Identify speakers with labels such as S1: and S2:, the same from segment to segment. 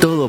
S1: Todo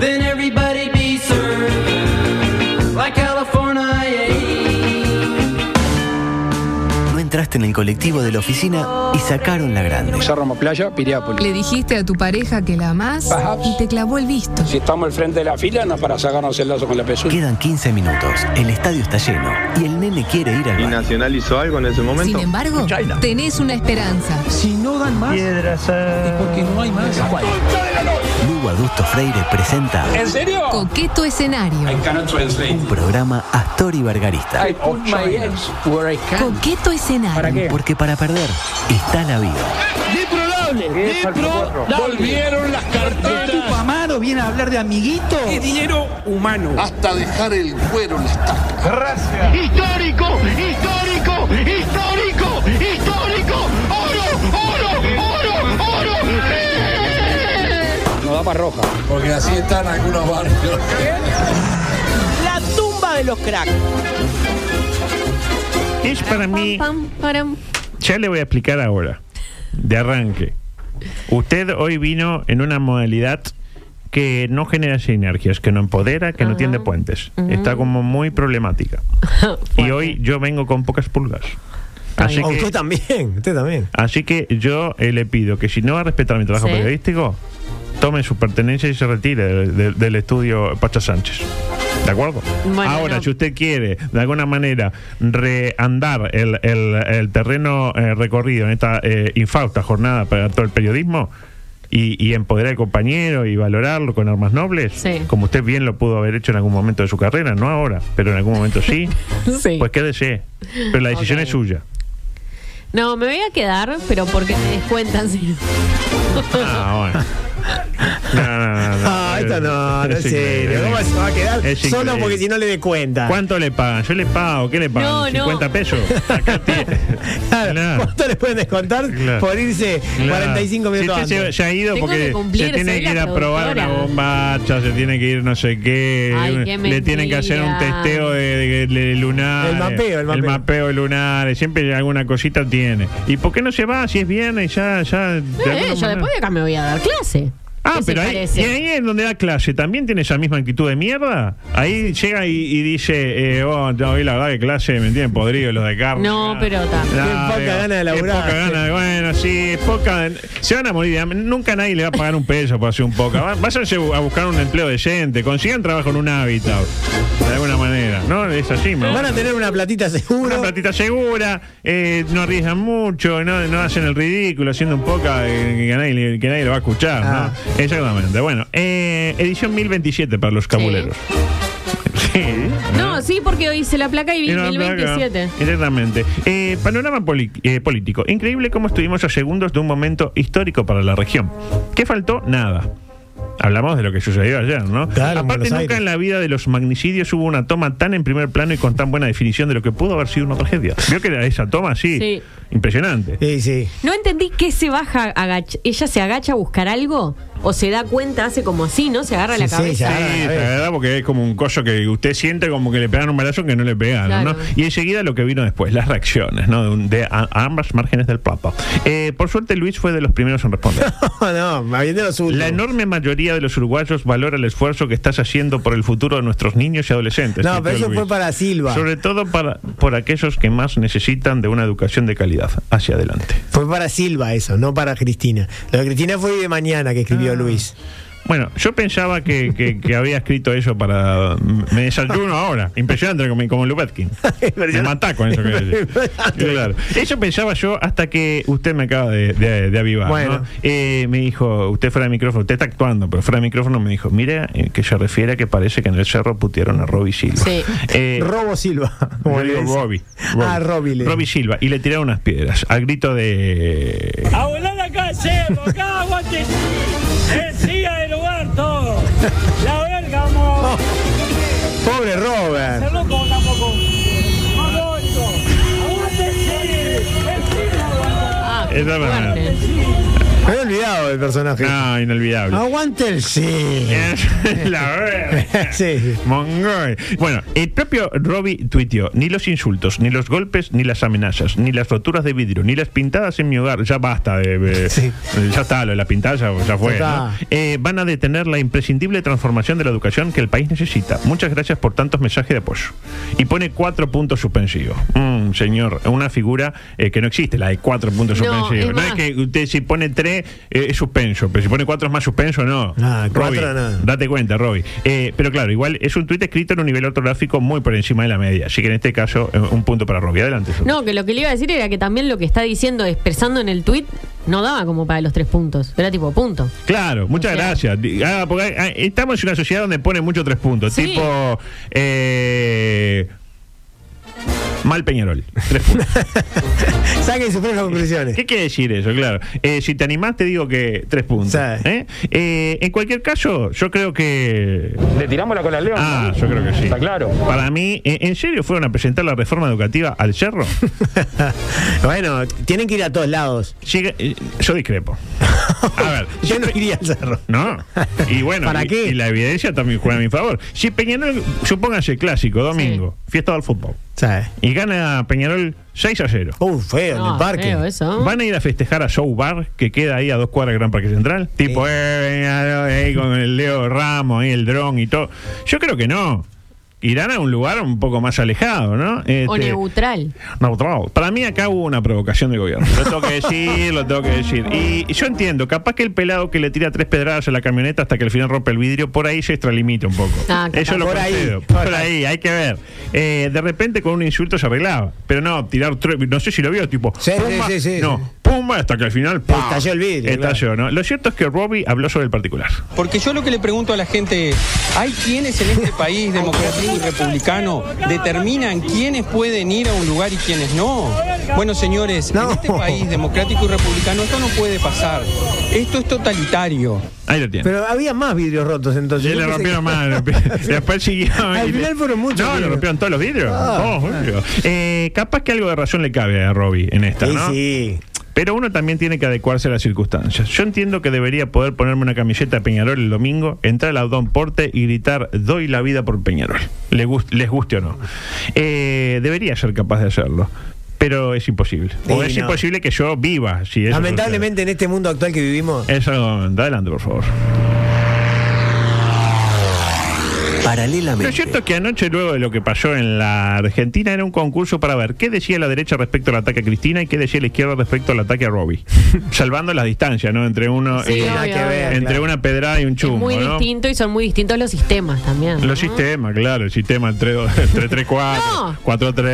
S2: then everybody be served like California.
S1: No entraste en el colectivo de la oficina y sacaron la grande.
S3: Cerro Playa, Piriápolis.
S4: Le dijiste a tu pareja que la amás y te clavó el visto.
S3: Si estamos al frente de la fila, no para sacarnos el lazo con la pezuña.
S1: Quedan 15 minutos, el estadio está lleno y el nene quiere ir al
S5: ¿Y
S1: baño.
S5: Nacional hizo algo en ese momento?
S4: Sin
S6: em-
S4: embargo, tenés una esperanza.
S1: Lugo Adusto Freire presenta
S3: ¿En serio?
S4: Coqueto escenario.
S3: cannot translate.
S1: un programa Astor y Bargarista.
S3: put Oh, my eggs where I can.
S4: Coqueto escenario.
S1: Porque para perder está la vida.
S3: Volvieron las carteras.
S7: Amaro viene a hablar de amiguito.
S3: Es dinero humano.
S8: hasta dejar el cuero en la estaca.
S9: histórico, histórico, histórico, histórico,
S10: ¿Eh?
S9: oro, oro, oro, oro.
S3: Nos da para roja.
S8: Porque así están algunos barrios.
S7: La tumba de los cracks.
S11: Es para mí. Ya le voy a explicar ahora. De arranque. Usted hoy vino en una modalidad que no genera sinergias, que no empodera, que no tiende puentes. Está como muy problemática. y hoy yo vengo con pocas pulgas. Así
S12: Ah,
S11: que,
S12: Usted también, usted también.
S11: así que yo eh, le pido que si no va a respetar mi trabajo
S10: Sí.
S11: periodístico, tome su pertenencia y se retire de- de- del estudio Pacha Sánchez. ¿De acuerdo?
S10: Bueno,
S11: Ahora,
S10: no.
S11: si usted quiere, de alguna manera, reandar el, el- el terreno eh, recorrido en esta eh, infausta jornada para todo el periodismo y, y empoderar al compañero y valorarlo con armas nobles,
S10: Sí.
S11: como usted bien lo pudo haber hecho en algún momento de su carrera, no ahora, pero en algún momento sí,
S10: Sí.
S11: pues quédese. Pero la decisión
S10: Ok.
S11: es suya.
S10: No, me voy a quedar, pero porque me descuentan si no.
S11: Ah, bueno. No, no, no, no.
S12: Ah, esta no, no es serio.
S11: increíble.
S12: ¿Cómo se va a quedar?
S11: Es
S12: Solo
S11: increíble.
S12: porque si no le dé cuenta.
S11: ¿Cuánto le pagan? Yo le pago, ¿qué le pagan?
S10: No, no.
S11: ¿50 pesos? Acá tiene.
S12: Claro,
S11: Claro.
S12: ¿Cuánto le pueden descontar
S11: Claro.
S12: por irse
S11: Claro.
S12: 45 minutos
S11: Si usted se,
S12: antes?
S11: se ha ido
S10: Tengo que
S11: porque
S10: cumplir,
S11: se tiene
S10: soy
S11: que ir
S10: la
S11: a probar una
S10: productora.
S11: bombacha, se tiene que ir no sé qué,
S10: Ay, qué
S11: le
S10: mentira.
S11: tienen que hacer un testeo de, de- de lunares.
S12: El mapeo, el mapeo.
S11: de lunares, siempre alguna cosita tiene. ¿Y por qué no se va si es viernes y ya... ya de
S10: No,
S11: alguna
S10: eh, yo
S11: manera-
S10: después de acá me voy a dar clase.
S11: Ah,
S10: ¿Qué se
S11: pero ahí,
S10: parece?
S11: y ahí es donde da clase. ¿También tiene esa misma actitud de mierda? Ahí llega y, y dice, eh, oh, no, hoy la verdad que clase me tienen podrido los de carne.
S10: No,
S11: Ah.
S10: pero ta.
S11: No,
S12: Qué poca
S11: digo,
S12: gana de
S11: qué
S12: laburar.
S11: poca gana de- bueno, sí, poca. Se van a morir de hambre. Nunca nadie le va a pagar un peso por hacer un poca. Va- Váyanse a buscar un empleo decente. Consigan trabajo en un hábitat. De alguna manera. No, es así, me
S12: Van a tener una platita seguro.
S11: una platita segura, eh, no arriesgan mucho, no, no hacen el ridículo, haciendo un poco eh, que, nadie, le- que nadie lo va a escuchar. ¿no?
S12: Ah.
S11: Exactamente. Bueno, eh, edición 1027 para los cabuleros. Sí.
S10: No, sí, porque hoy hice la placa y vi
S11: Era
S10: el
S11: placa.
S10: 27.
S11: Exactamente. Eh, panorama poli- eh, político. Increíble cómo estuvimos a segundos de un momento histórico para la región. ¿Qué faltó? Nada. Hablamos de lo que sucedió ayer, ¿no?
S12: Claro, en
S11: Aparte,
S12: Buenos
S11: nunca
S12: Aires.
S11: en la vida de los magnicidios hubo una toma tan en primer plano y con tan buena definición de lo que pudo haber sido una tragedia. Vio que era esa toma, sí.
S10: Sí.
S11: Impresionante.
S12: Sí, sí.
S10: No entendí que se baja, agacha. ¿Ella se agacha a buscar algo? ¿O se da cuenta, hace como así, ¿no? Se agarra
S12: Sí,
S10: la
S12: sí,
S10: cabeza.
S11: Sí,
S12: se agarra la
S11: la
S12: cabeza.
S11: verdad, porque es como un coso que usted siente como que le pegan un balazo que no le pegaron,
S10: Claro.
S11: ¿no? Y enseguida lo que vino después, las reacciones, ¿no? De, un- de a, a ambas márgenes del Papa. Eh, por suerte, Luis fue de los primeros en responder.
S12: No, no, más bien de los
S11: La
S12: últimos.
S11: enorme mayoría de los uruguayos valora el esfuerzo que estás haciendo por el futuro de nuestros niños y adolescentes.
S12: No,
S11: escribió
S12: pero eso
S11: Luis.
S12: fue para Silva.
S11: Sobre todo para, por aquellos que más necesitan de una educación de calidad. Hacia adelante.
S12: Fue para Silva eso, no para Cristina. Lo de Cristina fue de mañana que escribió Luis.
S11: Bueno, yo pensaba que, que- que había escrito eso para. Me desayuno ahora. Impresionante como, como Lubetkin. Me matá con eso que decís. Claro. Eso pensaba yo hasta que usted me acaba de, de- de avivar. ¿no?
S12: Bueno.
S11: Eh, me dijo, usted fuera de micrófono, usted está actuando, pero fuera de micrófono me dijo, mire, eh, que se refiere a que parece que en el cerro putearon a Robbie Silva.
S10: Sí.
S11: Eh,
S12: Robo Silva.
S11: yo
S12: como le
S11: digo
S12: dicen.
S11: Robbie,
S12: Ah, Robbie. le-
S11: Robbie Silva. Y le tiraron unas piedras al grito de.
S7: A volar acá, llevo, acá, aguante. Encía de lugar todo. La verga, vamos.
S12: Pobre Robert.
S7: Hacerlo como tampoco. Marrónico. Aguante, sí. Encía, aguante.
S10: Ah,
S11: Es la verdad.
S10: fuerte.
S12: Me he olvidado Olvidado el personaje.
S11: No, inolvidable.
S12: Aguante el sí.
S11: La verga.
S12: Sí, sí.
S11: Mongol. Bueno, el propio Robbie tuiteó: ni los insultos, ni los golpes, ni las amenazas, ni las roturas de vidrio, ni las pintadas en mi hogar. Ya basta de. de-
S12: Sí.
S11: Ya está, lo de la pintada ya, ya fue.
S12: Ya está.
S11: ¿no? Eh, van a detener la imprescindible transformación de la educación que el país necesita. Muchas gracias por tantos mensajes de apoyo. Y pone cuatro puntos suspensivos. Mm, señor, una figura eh, que no existe, la de cuatro puntos
S10: No, es
S11: suspensivos. No es
S10: más.
S11: que usted si pone tres eh, es suspenso, pero si pone cuatro es más suspenso, no.
S12: Ah, cuatro
S11: Robbie,
S12: no.
S11: Date cuenta, Robbie. Eh, pero claro, igual es un tuit escrito en un nivel ortográfico muy por encima de la media. Así que en este caso, eh, un punto para Robbie. Adelante. Sofi.
S10: No, que lo que le iba a decir era que también lo que está diciendo, expresando en el tuit, no daba como para los tres puntos. Era tipo punto.
S11: Claro, muchas
S10: O sea-
S11: gracias. Di- ah, porque, ah, estamos en una sociedad donde pone muchos tres puntos.
S10: Sí.
S11: Tipo. eh, Mal Peñarol. Tres puntos.
S12: Saquen sus propias conclusiones.
S11: ¿Qué quiere decir eso? Claro. Eh, si te animás, te digo que tres puntos.
S12: Sí.
S11: ¿eh? Eh, en cualquier caso, yo creo que.
S3: Le tiramos la cola al león.
S11: Ah, yo creo que sí.
S3: Está claro.
S11: Para mí, ¿en en serio fueron a presentar la reforma educativa al cerro?
S12: bueno, tienen que ir a todos lados.
S11: Llega- eh, yo discrepo. A ver,
S12: Yo no iría al cerro.
S11: No. Y bueno,
S12: ¿Para
S11: y,
S12: qué?
S11: y la evidencia también juega a mi favor. Si Peñarol, supóngase clásico, domingo, fiesta del fútbol,
S12: ¿Sabes?
S11: y gana Peñarol 6 a 0.
S12: Uh, feo, en
S10: No,
S12: el parque.
S10: feo eso.
S11: ¿Van a ir a festejar a Show Bar, que queda ahí a dos cuadras de Gran Parque Central? Tipo, eh, Peñarol, ahí con el Leo Ramos, ahí el dron y todo. Yo creo que no. Irán a un lugar un poco más alejado, ¿no?
S10: O
S11: Este,
S10: neutral.
S11: Neutral. Para mí acá hubo una provocación del gobierno. Lo tengo que decir, lo tengo que decir. Y yo entiendo, capaz que el pelado que le tira tres pedradas a la camioneta hasta que al final rompe el vidrio, por ahí se extralimita un poco.
S10: Ah, capaz.
S11: Eso lo
S12: Por ahí,
S11: concedo.
S12: por
S11: Por ahí, hay que ver. Eh, de repente con un insulto se arreglaba. Pero no, tirar tres, no sé si lo vio, tipo,
S12: Sí, sí,
S11: pumba,
S12: sí, sí.
S11: no, pumba, hasta que al final ¡pam!
S12: Estalló el vidrio,
S11: Estalló, ¿no? Lo cierto es que Robbie habló sobre el particular.
S5: Porque yo lo que le pregunto a la gente es, ¿hay quienes en este país democrático y republicano determinan quiénes pueden ir a un lugar y quiénes no? Bueno, señores,
S12: No.
S5: en este país democrático y republicano esto no puede pasar. Esto es totalitario.
S11: Ahí lo tiene.
S12: Pero había más vidrios rotos entonces.
S11: Sí,
S12: Yo
S11: le
S12: pensé
S11: rompieron
S12: que-
S11: más. Después siguió.
S12: Al
S11: y le-
S12: final fueron muchos
S11: No, le
S12: vidrios.
S11: rompieron todos los vidrios.
S12: Ah.
S11: Todos los vidrios. Eh, capaz que algo de razón le cabe a Robbie en esta,
S12: Sí,
S11: ¿no?
S12: sí.
S11: Pero uno también tiene que adecuarse a las circunstancias. Yo entiendo que debería poder ponerme una camiseta de Peñarol el domingo, entrar al Audón Porte y gritar doy la vida por Peñarol. Le gust- les guste o no. Eh, debería ser capaz de hacerlo. Pero es imposible. o
S12: Sí,
S11: es
S12: no.
S11: imposible que yo viva. Si eso
S12: Lamentablemente en este mundo actual que vivimos.
S11: sucede. Eso, adelante, por favor. Lo
S1: Paralelamente,
S11: cierto es que anoche, luego de lo que pasó en la Argentina, era un concurso para ver qué decía la derecha respecto al ataque a Cristina y qué decía la izquierda respecto al ataque a Robbie. Salvando las distancias, ¿no? Entre uno
S10: Sí,
S11: y-
S10: obvio,
S12: Nada que
S10: obvio.
S12: ver,
S11: Eh, entre
S12: claro.
S11: una pedrada y un chumbo,
S10: Muy
S11: ¿no?
S10: distinto y son muy distintos los sistemas también. ¿no?
S11: Los sistemas, claro, el sistema entre 3 4
S10: No.
S11: 4 3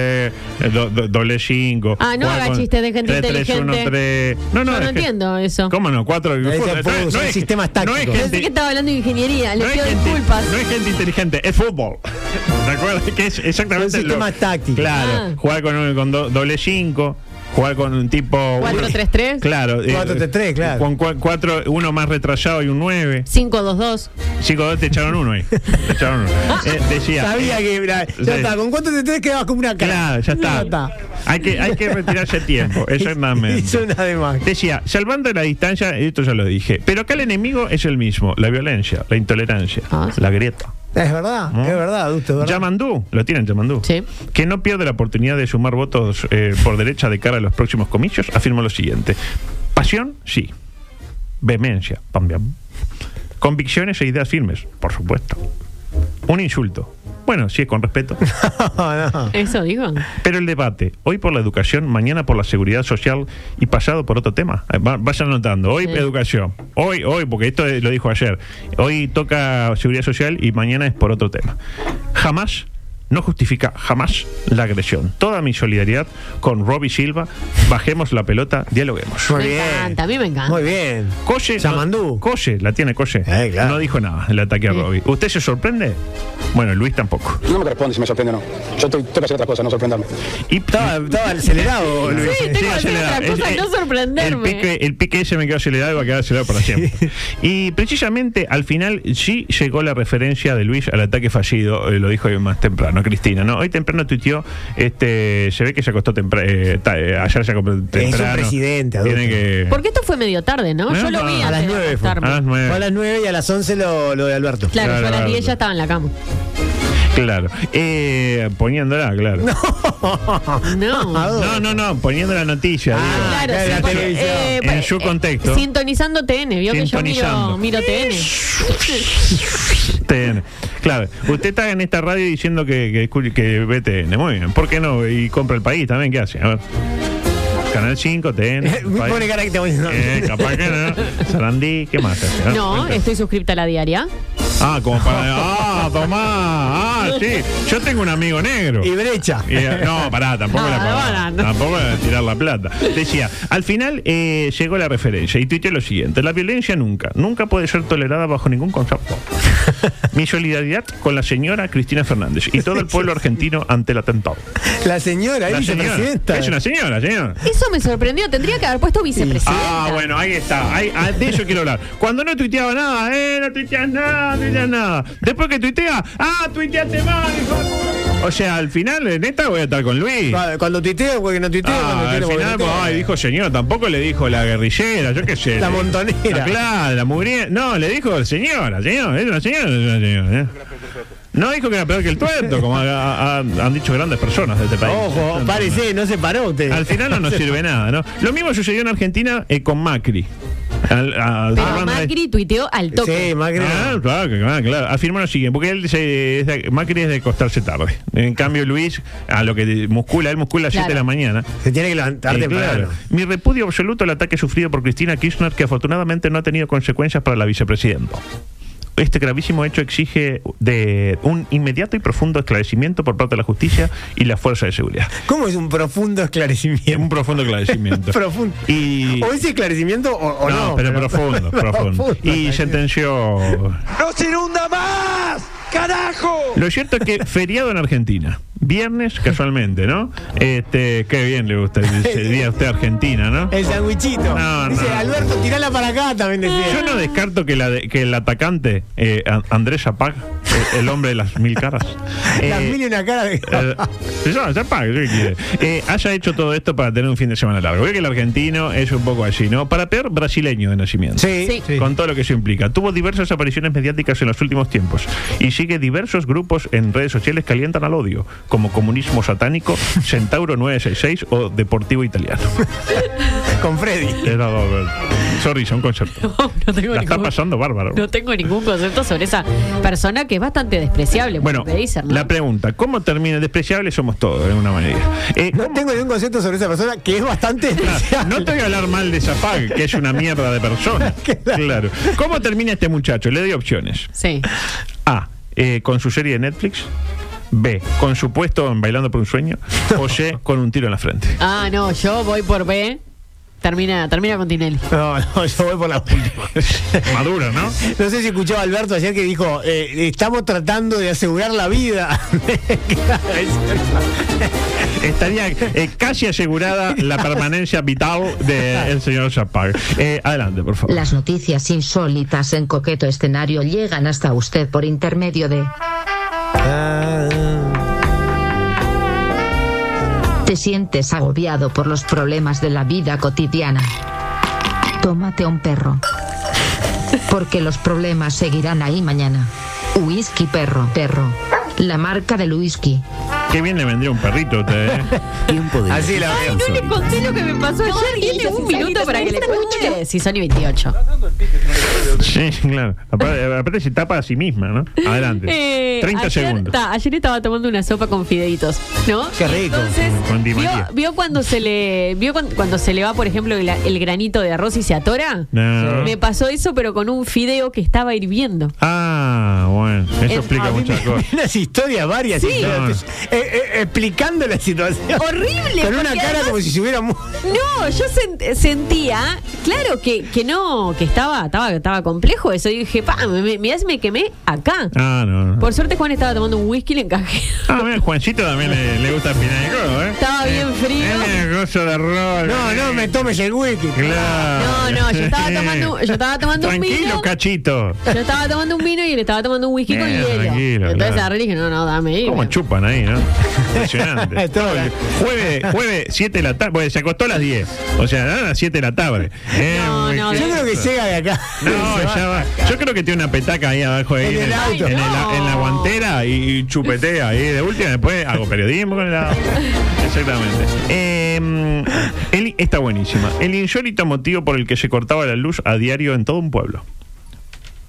S11: eh, doble 5.
S10: Ah, no haga chistes de gente inteligente.
S11: No, no,
S10: Yo no
S11: es que-
S10: entiendo eso.
S11: ¿Cómo no? 4
S12: Ese fútbol, son sistemas tácticos.
S10: Pensé que estaba hablando de ingeniería, le
S11: no es
S10: pido
S11: gente-
S10: disculpas.
S11: no es gente inteligente, es fútbol. Recuerda que es exactamente
S12: Son sistemas
S11: lo-
S12: tácticos.
S11: Claro,
S10: Ah.
S11: jugar con un con do- doble 5, jugar con un tipo
S10: 4-3-3.
S11: Claro, eh,
S12: 4-3-3, claro.
S11: Con 4 uno más retrasado y un 9.
S10: 5-2-2.
S11: 5-2 te echaron uno ahí. Te echaron uno. Eh, decía
S12: Sabía que. mirá,
S11: Sí.
S12: ya está, con cuántos de tres quedabas como una cara.
S11: Claro, ya está. Hay que, hay que retirarse a tiempo, exactamente.
S12: Hizo una de más.
S11: Decía, salvando la distancia, esto ya lo dije, pero acá el enemigo es el mismo, la violencia, la intolerancia,
S10: Ah.
S11: la grieta.
S12: Es verdad,
S11: ¿no?
S12: es verdad, adulto, es verdad.
S11: Yamandú, lo tienen Yamandú.
S10: Sí.
S11: Que no pierde la oportunidad de sumar votos eh, por derecha de cara a los próximos comicios, afirma lo siguiente. Pasión, sí. Vehemencia, también. Convicciones e ideas firmes, por supuesto. Un insulto. Bueno, sí, con respeto.
S12: No, no.
S10: Eso digo.
S11: Pero el debate, hoy por la educación, mañana por la seguridad social y pasado por otro tema. Eh, va- Vayan anotando, hoy
S10: Sí.
S11: educación, hoy, hoy, porque esto eh, lo dijo ayer, hoy toca seguridad social y mañana es por otro tema. Jamás, no justifica jamás la agresión. Toda mi solidaridad con Robbie Silva, bajemos la pelota, dialoguemos.
S12: Muy
S10: Me
S12: bien.
S10: encanta, a mí me encanta.
S12: Muy bien.
S11: Coche,
S12: Yamandú.
S11: Coche, la tiene Coche.
S12: Eh, claro.
S11: No dijo nada el ataque a Robbie. ¿Usted se sorprende? Bueno, Luis tampoco.
S9: No me responde si me sorprende o no. Yo estoy, estoy para hacer otra cosa, no sorprenderme.
S11: Y
S12: Estaba, estaba acelerado, Luis.
S10: Sí, tengo que hacer
S11: acelerado.
S10: otra cosa, no sorprenderme.
S11: El pique, el pique ese me quedó acelerado y va a quedar acelerado para siempre. Y precisamente al final sí llegó la referencia de Luis al ataque fallido, eh, lo dijo más temprano. temprano, Cristina, ¿no? Hoy temprano tuiteó, este, se ve que se acostó temprano, eh, ayer se acostó temprano.
S12: presidente, adulto.
S11: Tiene que...
S10: Porque esto fue medio tarde, ¿no? Yo lo vi
S12: a las
S10: antes de
S12: 9 fue.
S10: acostarme.
S11: A las nueve. Ah,
S12: Fue a las 9 y a las 11 lo, lo de Alberto.
S10: Claro, yo a las
S11: Claro.
S10: 10 ya estaba en la cama.
S11: Claro. Eh, poniéndola, claro. No,
S10: No.
S11: no, no, poniendo la noticia.
S10: Claro,
S12: claro,
S10: sí,
S12: la
S10: porque,
S12: televisión.
S10: eh,
S11: digo, en
S10: porque-
S11: su contexto.
S10: Sintonizando TN, vio que yo miro,
S11: Sintonizando.
S10: miro TN.
S11: TN. Claro, usted está en esta radio diciendo que, que, escu- que ve TN. Muy bien. ¿Por qué no? Y compra el país también. ¿Qué hace? A ver. Canal 5, TN.
S12: Eh, Me
S11: País.
S12: pone cara que te voy a-
S11: Eh, capaz que no. Sarandí, ¿qué más hace? Ah,
S10: No,
S11: cuenta.
S10: estoy suscripta a la diaria.
S11: Ah, como para. Ah, tomá. Ah, sí. Yo tengo un amigo negro.
S12: Y brecha.
S11: Y, eh, no, pará, tampoco
S10: No,
S11: la
S10: no, no.
S11: Tampoco era tirar la plata. Decía, al final eh, llegó la referencia y tuiteé lo siguiente: La violencia nunca, nunca puede ser tolerada bajo ningún concepto. Mi solidaridad con la señora Cristina Fernández y todo el pueblo argentino ante el atentado.
S12: La señora, ahí
S11: La señora.
S12: vicepresidenta.
S11: Es una señora, señora.
S10: Eso me sorprendió, tendría que haber puesto vicepresidenta.
S11: Ah, bueno, ahí está. Ahí, ah, de eso quiero hablar. Cuando no tuiteaba nada, eh, no tuiteas nada, no tuiteas nada. Después que tuitea, ah, tuiteaste mal, hijo de puta. O sea, al final, en esta voy a estar con Luis.
S12: Cuando- Cuando tuiteo, porque no tuiteo, cuando
S11: Ah, al
S12: quiero, porque
S11: final,
S12: no tuiteo.
S11: pues, ay, dijo señor, tampoco le dijo la guerrillera, yo qué sé.
S12: La
S11: le-
S12: montonera.
S11: La clara, la mugrienta. No, le dijo señora, señor, es una señora, es una señora, ¿eh? No dijo que era peor que el tuerto, como ha- ha- ha- han dicho grandes personas de este país.
S12: Ojo, parece, no se paró usted.
S11: Al final no nos sirve nada, ¿no? Lo mismo sucedió en Argentina eh, con Macri. Al- a-
S10: Pero
S11: Fernández-
S10: Macri tuiteó al toque.
S12: Sí, Macri.
S11: Ah, claro, que- ah, claro. Afirma lo siguiente, porque él se- es de- Macri es de acostarse tarde. En cambio, Luis, a lo que muscula, él muscula a las 7 de
S10: Claro.
S11: la mañana.
S12: Se tiene que levantar
S11: Eh,
S12: temprano.
S11: claro. Mi repudio absoluto al ataque sufrido por Cristina Kirchner, que afortunadamente no ha tenido consecuencias para la vicepresidenta. Este gravísimo hecho exige de un inmediato y profundo esclarecimiento por parte de la justicia y las fuerzas de seguridad.
S12: ¿Cómo es un profundo esclarecimiento?
S11: Un profundo esclarecimiento.
S12: profundo.
S11: Y-
S12: O ese esclarecimiento o, o no.
S11: no, pero, profundo, profundo. Y sentenció.
S3: ¡No se inunda más! ¡Carajo!
S11: Lo cierto es que feriado en Argentina. Viernes, casualmente, ¿no? Este, qué bien le gusta el el día a usted a Argentina, ¿no?
S12: El sandwichito.
S11: No,
S12: Dice,
S11: no.
S12: Alberto, tirala para acá también decía.
S11: Yo no descarto que, la de- que el atacante, eh, An- Andrés Zapag, el, el hombre de las mil caras,
S12: Las
S11: eh,
S12: mil y una cara de.
S11: eh, no, Zapag, ¿qué quiere? Eh, haya hecho todo esto para tener un fin de semana largo. Veo que el argentino es un poco así, ¿no? Para peor, brasileño de nacimiento.
S10: Sí.
S11: Con todo lo que eso implica. Tuvo diversas apariciones mediáticas en los últimos tiempos y sigue diversos grupos en redes sociales que alientan al odio, como Comunismo Satánico, Centauro 966 o Deportivo Italiano.
S12: con Freddy.
S11: Era Robert. Sorry, son conciertos.
S10: no, tengo
S11: La está
S10: ningún,
S11: pasando bárbaro.
S10: no tengo ningún concepto sobre esa persona que es bastante despreciable. por
S11: Bueno,
S10: lo que dicen, ¿no?
S11: la pregunta, ¿cómo termina? Despreciable somos todos, de una manera. Eh,
S12: No
S11: ¿cómo-
S12: tengo ningún concepto sobre esa persona que es bastante
S11: Ah,
S12: especial.
S11: no te voy a hablar mal de Zapag, que es una mierda de persona. Claro. ¿Cómo termina este muchacho? Le doy opciones.
S10: Sí.
S11: A. eh, con su serie de Netflix. B. Con su puesto en Bailando por un Sueño. O C. Con un tiro en la frente.
S10: Ah, no, yo voy por B. Termina, termina con Tinelli.
S12: No, no, yo voy por la última.
S11: Maduro, ¿no?
S12: No sé si escuchó a Alberto ayer que dijo, eh, estamos tratando de asegurar la vida.
S11: Estaría eh, casi asegurada la permanencia vital del señor Zapag. Eh, adelante, por favor.
S6: Las noticias insólitas en coqueto escenario llegan hasta usted por intermedio de Te sientes agobiado por los problemas de la vida cotidiana. Tómate un perro. Porque los problemas seguirán ahí mañana. Whisky perro, perro. La marca del whisky.
S11: Qué bien le vendría un perrito a usted, ¿eh?
S1: Tiempo de
S12: Así la
S1: noticias
S12: veo.
S10: No le
S1: insólitas.
S10: conté lo que me pasó ayer. Tiene un minuto para que le cuente. Si son y 28.
S11: Sí, claro. Aparte, aparte se tapa a sí misma, ¿no? Adelante.
S10: Eh,
S11: 30
S10: ayer,
S11: segundos.
S10: ta, ayer estaba tomando una sopa con fideitos, ¿no?
S12: Qué rico.
S10: Entonces,
S11: Con Di
S10: vio,
S11: María.
S10: vio cuando se le vio cuan- cuando, se le va, por ejemplo, el, el granito de arroz y se atora.
S11: No.
S10: Me pasó eso, pero con un fideo que estaba hirviendo.
S11: Ah, bueno. Eso
S10: El-
S11: explica muchas cosas.
S12: Unas historias, varias
S10: Sí.
S12: historias. Eh, eh, explicando la situación.
S10: Horrible,
S12: Con una
S10: porque
S12: cara
S10: además-
S12: como si se hubiera mu-
S10: No, yo sen- sentía, claro que, que no, que estaba, estaba, estaba complejo eso. Y dije, pa, me, mirá si me quemé acá.
S11: Ah, no. no.
S10: Por suerte Juan estaba tomando un whisky y le encajé.
S11: Ah, mira, Juancito también le, le gusta pinar el codo, ¿eh?
S10: Estaba bien
S11: Eh,
S10: frío.
S11: eh, el gozo de rol.
S12: No, no me tomes el wiki.
S11: Claro.
S10: No, no, yo estaba tomando- yo estaba tomando un
S11: Tranquilo,
S10: vino.
S11: cachito.
S10: Yo estaba tomando un vino y él estaba tomando un whisky con
S11: Eh,
S10: hielo.
S11: tranquilo,
S10: Entonces
S11: claro.
S10: agarré y dije, no, no, dame ahí.
S11: ¿Cómo chupan ahí, no? Impresionante. jueves, jueves, 7 de la tarde. Bueno, se acostó a las 10. O sea, a las 7 de la tarde. Eh, muy
S12: no, yo
S11: bien.
S12: creo que llega de acá.
S11: No, ya va. Yo creo que tiene una petaca ahí abajo ahí
S12: En el auto.
S11: en la- en la guantera y, y chupetea ahí de última. Después hago periodismo con el auto. Exactamente. Eh, mm, el- está buenísima. El insólito motivo por el que se cortaba la luz a diario en todo un pueblo.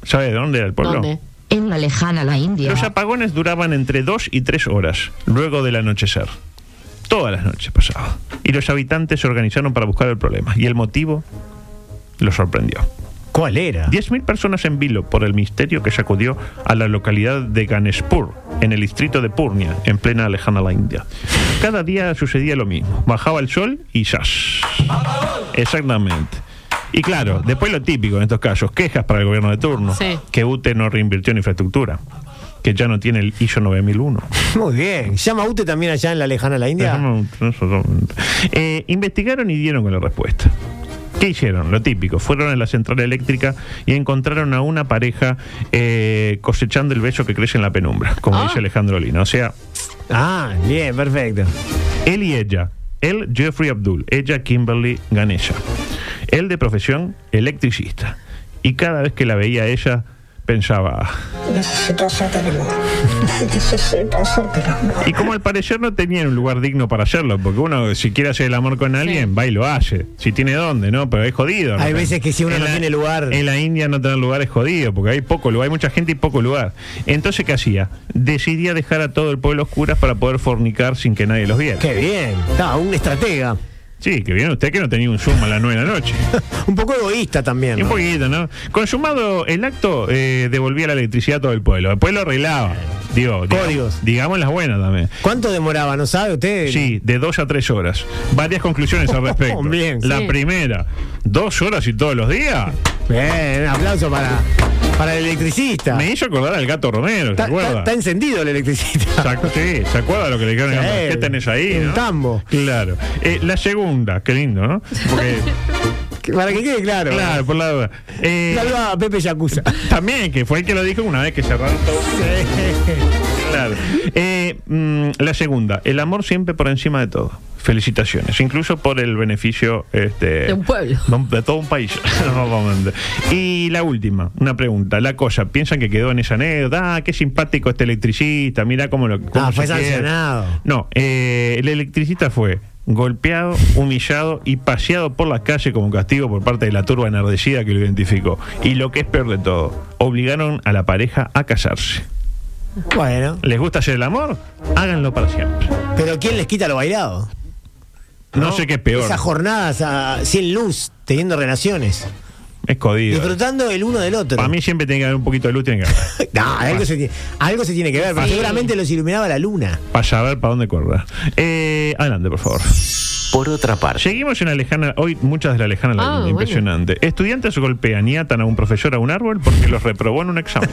S11: ¿Sabes de dónde era el pueblo?
S6: En la lejana la India.
S11: Los apagones duraban entre 2 y 3 horas, luego del anochecer. Todas las noches pasaba. Y los habitantes se organizaron para buscar el problema. Y el motivo los sorprendió.
S12: ¿Cuál era?
S11: 10.000 personas en vilo por el misterio que sacudió a la localidad de Ganespur, en el distrito de Purnia, en plena lejana la India. Cada día sucedía lo mismo. Bajaba el sol y ¡zas! Exactamente. Y claro, después lo típico en estos casos, quejas para el gobierno de turno,
S12: Sí.
S11: que UTE no reinvirtió en infraestructura, que ya no tiene el ISO 9001.
S12: Muy bien. ¿Llama UTE también allá en la lejana la India?
S11: Eh, investigaron y dieron con la respuesta. ¿Qué hicieron? Lo típico. Fueron a la central eléctrica y encontraron a una pareja eh, cosechando el beso que crece en la penumbra, como dice Alejandro Lina. O sea.
S12: Ah, bien, perfecto.
S11: Él y ella. Él, Jeffrey Abdul. Ella, Kimberly Ganesha. Él, de profesión, electricista. Y cada vez que la veía a ella, pensaba.
S13: Necesito hacerte el amor. Necesito hacerte el amor.
S11: Y como al parecer no tenían un lugar digno para hacerlo, porque uno si quiere hacer el amor con alguien, va y lo hace. Si tiene dónde, ¿no? Pero es jodido.
S12: Hay veces que si uno no tiene
S11: lugar. En la India no tener lugar es jodido, porque hay poco lugar, hay mucha gente y poco lugar. Entonces, ¿qué hacía? Decidía dejar a todo el pueblo a oscuras para poder fornicar sin que nadie los viera.
S12: Qué bien. Está, un estratega.
S11: Sí, que bien usted que no tenía un Zoom a las 9 de la noche.
S12: un poco egoísta también.
S11: Y un poquito, ¿no? Consumado el acto, eh, devolvía la electricidad a todo el pueblo. Después lo arreglaba. Digo, Códigos. Digamos las buenas también.
S12: ¿Cuánto demoraba? ¿No sabe usted?
S11: Sí, de dos a tres horas. Varias conclusiones al respecto.
S12: Bien.
S11: La
S12: Sí.
S11: primera, dos horas y todos los días.
S12: Bien, un aplauso para, para el electricista.
S11: Me hizo acordar al gato Romero, ¿se
S12: Está, está-
S11: acuerda?
S12: está encendido el electricista.
S11: Sac- sí, ¿se acuerda lo que le dijeron?
S12: Sí,
S11: ¿Qué tenés ahí?
S12: un tambo.
S11: Claro. Eh, la segunda, qué lindo, ¿no? Porque
S12: Para que quede claro.
S11: Claro, por la duda. Eh,
S12: Salva a Pepe Yacuza.
S11: También, que fue el que lo dijo una vez que cerraron todo. Claro. Eh, mm, la segunda, el amor siempre por encima de todo. Felicitaciones, incluso por el beneficio este,
S10: De un pueblo.
S11: de todo un país. Normalmente. y la última, una pregunta. La cosa, piensan que quedó en esa anécdota. Ah, qué simpático este electricista. Mira cómo lo. cómo
S12: Ah, fue
S11: se quiere.
S12: sancionado.
S11: No, eh, el electricista fue golpeado, humillado y paseado por la calle como castigo por parte de la turba enardecida que lo identificó. Y lo que es peor de todo, obligaron a la pareja a casarse.
S12: Bueno.
S11: ¿Les gusta hacer el amor? Háganlo para siempre.
S12: Pero ¿quién les quita lo bailado?
S11: No, sé qué es peor.
S12: Esas jornadas ah, sin luz, teniendo relaciones.
S11: Es jodido.
S12: Disfrutando el uno del otro.
S11: Para mí siempre tiene que haber un poquito de luz, tiene que haber.
S12: No, algo, se, tiene- algo se tiene que ver, pero
S11: Sí.
S12: seguramente los iluminaba la luna.
S11: Para saber para dónde correr. Eh, adelante, por favor.
S1: Por otra parte.
S11: Seguimos en la lejana, hoy muchas de la lejana, la
S1: Ah,
S11: línea,
S1: bueno.
S11: impresionante. Estudiantes golpean y atan a un profesor a un árbol porque los reprobó en un examen.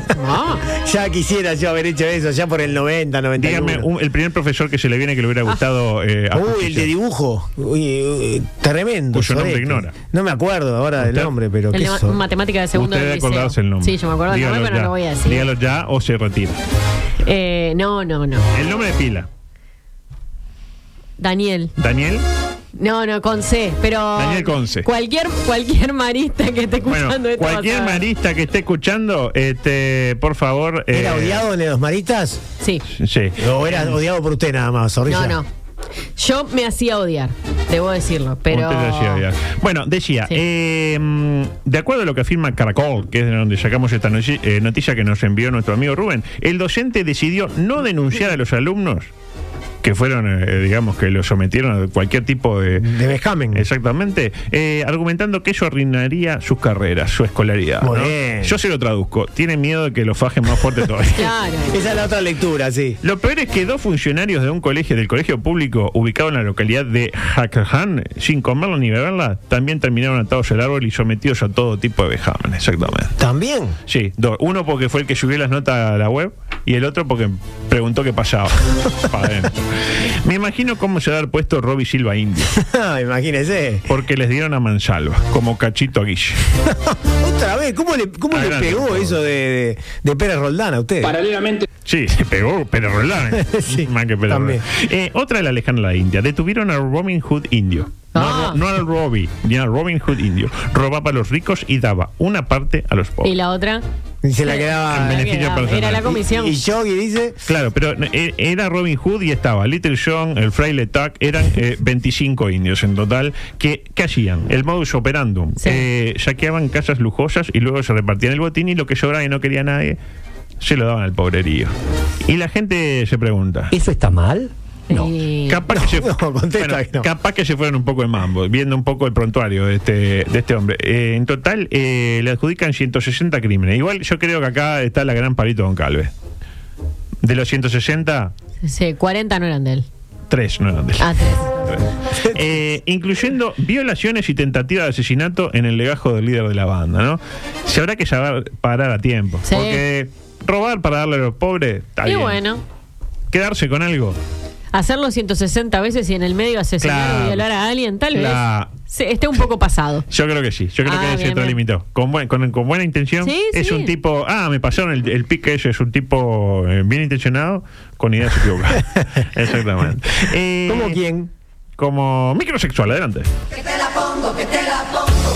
S12: Ya quisiera yo haber hecho eso, ya por el 90, 91.
S11: Dígame un- el primer profesor que se le viene que le hubiera
S10: Ah.
S11: gustado. eh, a
S12: Uy, el
S11: justicia.
S12: de dibujo. Uy, uy, tremendo.
S11: Cuyo nombre
S12: sorete.
S11: ignora.
S12: No me acuerdo ahora del
S11: ¿Usted?
S12: nombre, pero
S10: El
S12: qué
S10: de ma-
S12: sorete.
S10: matemática de segundo
S11: Usted
S10: del
S11: debe
S10: liceo.
S11: acordarse el nombre.
S10: Sí, yo me acuerdo del
S11: Dígalo
S10: nombre, pero
S11: ya.
S10: no lo voy a decir.
S11: Dígalo ya o se retira.
S10: Eh, no, no, no.
S11: El nombre de pila.
S10: Daniel.
S11: Daniel.
S10: No, no, con C, pero.
S11: Daniel Conce.
S10: Cualquier, cualquier marista que esté
S11: Bueno,
S10: escuchando esto. va a
S11: cualquier
S10: saber.
S11: marista que esté escuchando, este, por favor.
S12: ¿Era odiado en los maritas?
S10: Sí.
S11: Sí.
S12: ¿O era odiado por usted nada más,
S10: No,
S12: zorrilla?
S10: no. Yo me hacía odiar, debo decirlo, pero.
S11: Usted decía odiar. Bueno, decía, eh, mm, de acuerdo a lo que afirma Caracol, que es de donde sacamos esta noci- eh, noticia que nos envió nuestro amigo Rubén, el docente decidió no denunciar a los alumnos que fueron, eh, digamos, que lo sometieron a cualquier tipo de...
S12: Mm.
S11: De
S12: vejamen.
S11: Exactamente, eh, argumentando que eso arruinaría sus carreras, su escolaridad.
S12: Muy
S11: ¿no?
S12: bien.
S11: Yo se lo traduzco, tiene miedo de que lo fajen más fuerte todavía.
S12: Esa es la otra lectura, sí.
S11: Lo peor es que dos funcionarios de un colegio, del colegio público ubicado en la localidad de Hackerhan, sin comerla ni beberla, también terminaron atados al árbol y sometidos a todo tipo de vejamen, exactamente.
S12: ¿También?
S11: Sí, dos. uno porque fue el que subió las notas a la web y el otro porque preguntó qué pasaba. Pa' dentro. Me imagino cómo se da el puesto Robbie Silva Indio.
S12: Imagínese.
S11: Porque les dieron a Mansalva, como cachito a Guille.
S12: Otra vez, ¿cómo le, cómo le
S11: Adelante, Ah, por
S12: pegó
S11: favor.
S12: eso de, de, de Pérez Roldán a usted?
S11: Paralelamente. Sí, se pegó Pérez Roldán. ¿eh? Más que Pérez Roldán. Eh, otra de la lejana la India. Detuvieron a Robin Hood Indio. No, a Ro- no al Robbie, ni a Robin Hood Indio. Robaba a los ricos y daba una parte a los pobres.
S10: Y la otra.
S12: Y se la quedaba.
S11: En beneficio
S10: Era-
S11: personal.
S10: Era la comisión.
S12: Y Yogi dice.
S11: Claro, pero eh, era Robin Hood y estaba Little John, el Fraile Tuck, eran eh, 25 indios en total. que ¿Qué hacían? El modus operandum. Eh, saqueaban casas lujosas y luego se repartían el botín y lo que sobraba y no quería nadie, se lo daban al pobrerío. Y la gente se pregunta.
S14: ¿Eso está mal?
S11: No.
S10: Eh.
S11: Capaz, que se, bueno, capaz que se fueron un poco de mambo, viendo un poco el prontuario de este, de este hombre. Eh, en total eh, le adjudican 160 crímenes. Igual yo creo que acá está la gran palito Don Calves. De los 160,
S10: Sí, 40 no eran de él.
S11: 3 no eran de él.
S10: Ah, tres.
S11: Eh, incluyendo violaciones y tentativa de asesinato en el legajo del líder de la banda, ¿no? Se habrá que saber parar a tiempo.
S10: Sí.
S11: Porque robar para darle a los pobres, está
S10: Y
S11: bien.
S10: bueno,
S11: Quedarse con algo.
S10: hacerlo 160 veces y en el medio asesinar
S11: Claro.
S10: o violar a alguien, tal
S11: Claro.
S10: vez. se- esté un poco pasado.
S11: Yo creo que sí, yo creo
S10: Ah,
S11: que
S10: bien,
S11: se extralimitó. Con, buen- con, con buena intención,
S10: Sí,
S11: es
S10: sí.
S11: un tipo. Ah, me pasaron el, el pique ese, es un tipo eh, bien intencionado con ideas equivocadas. Exactamente.
S12: Eh,
S11: ¿Como
S12: quién?
S11: Como microsexual, adelante.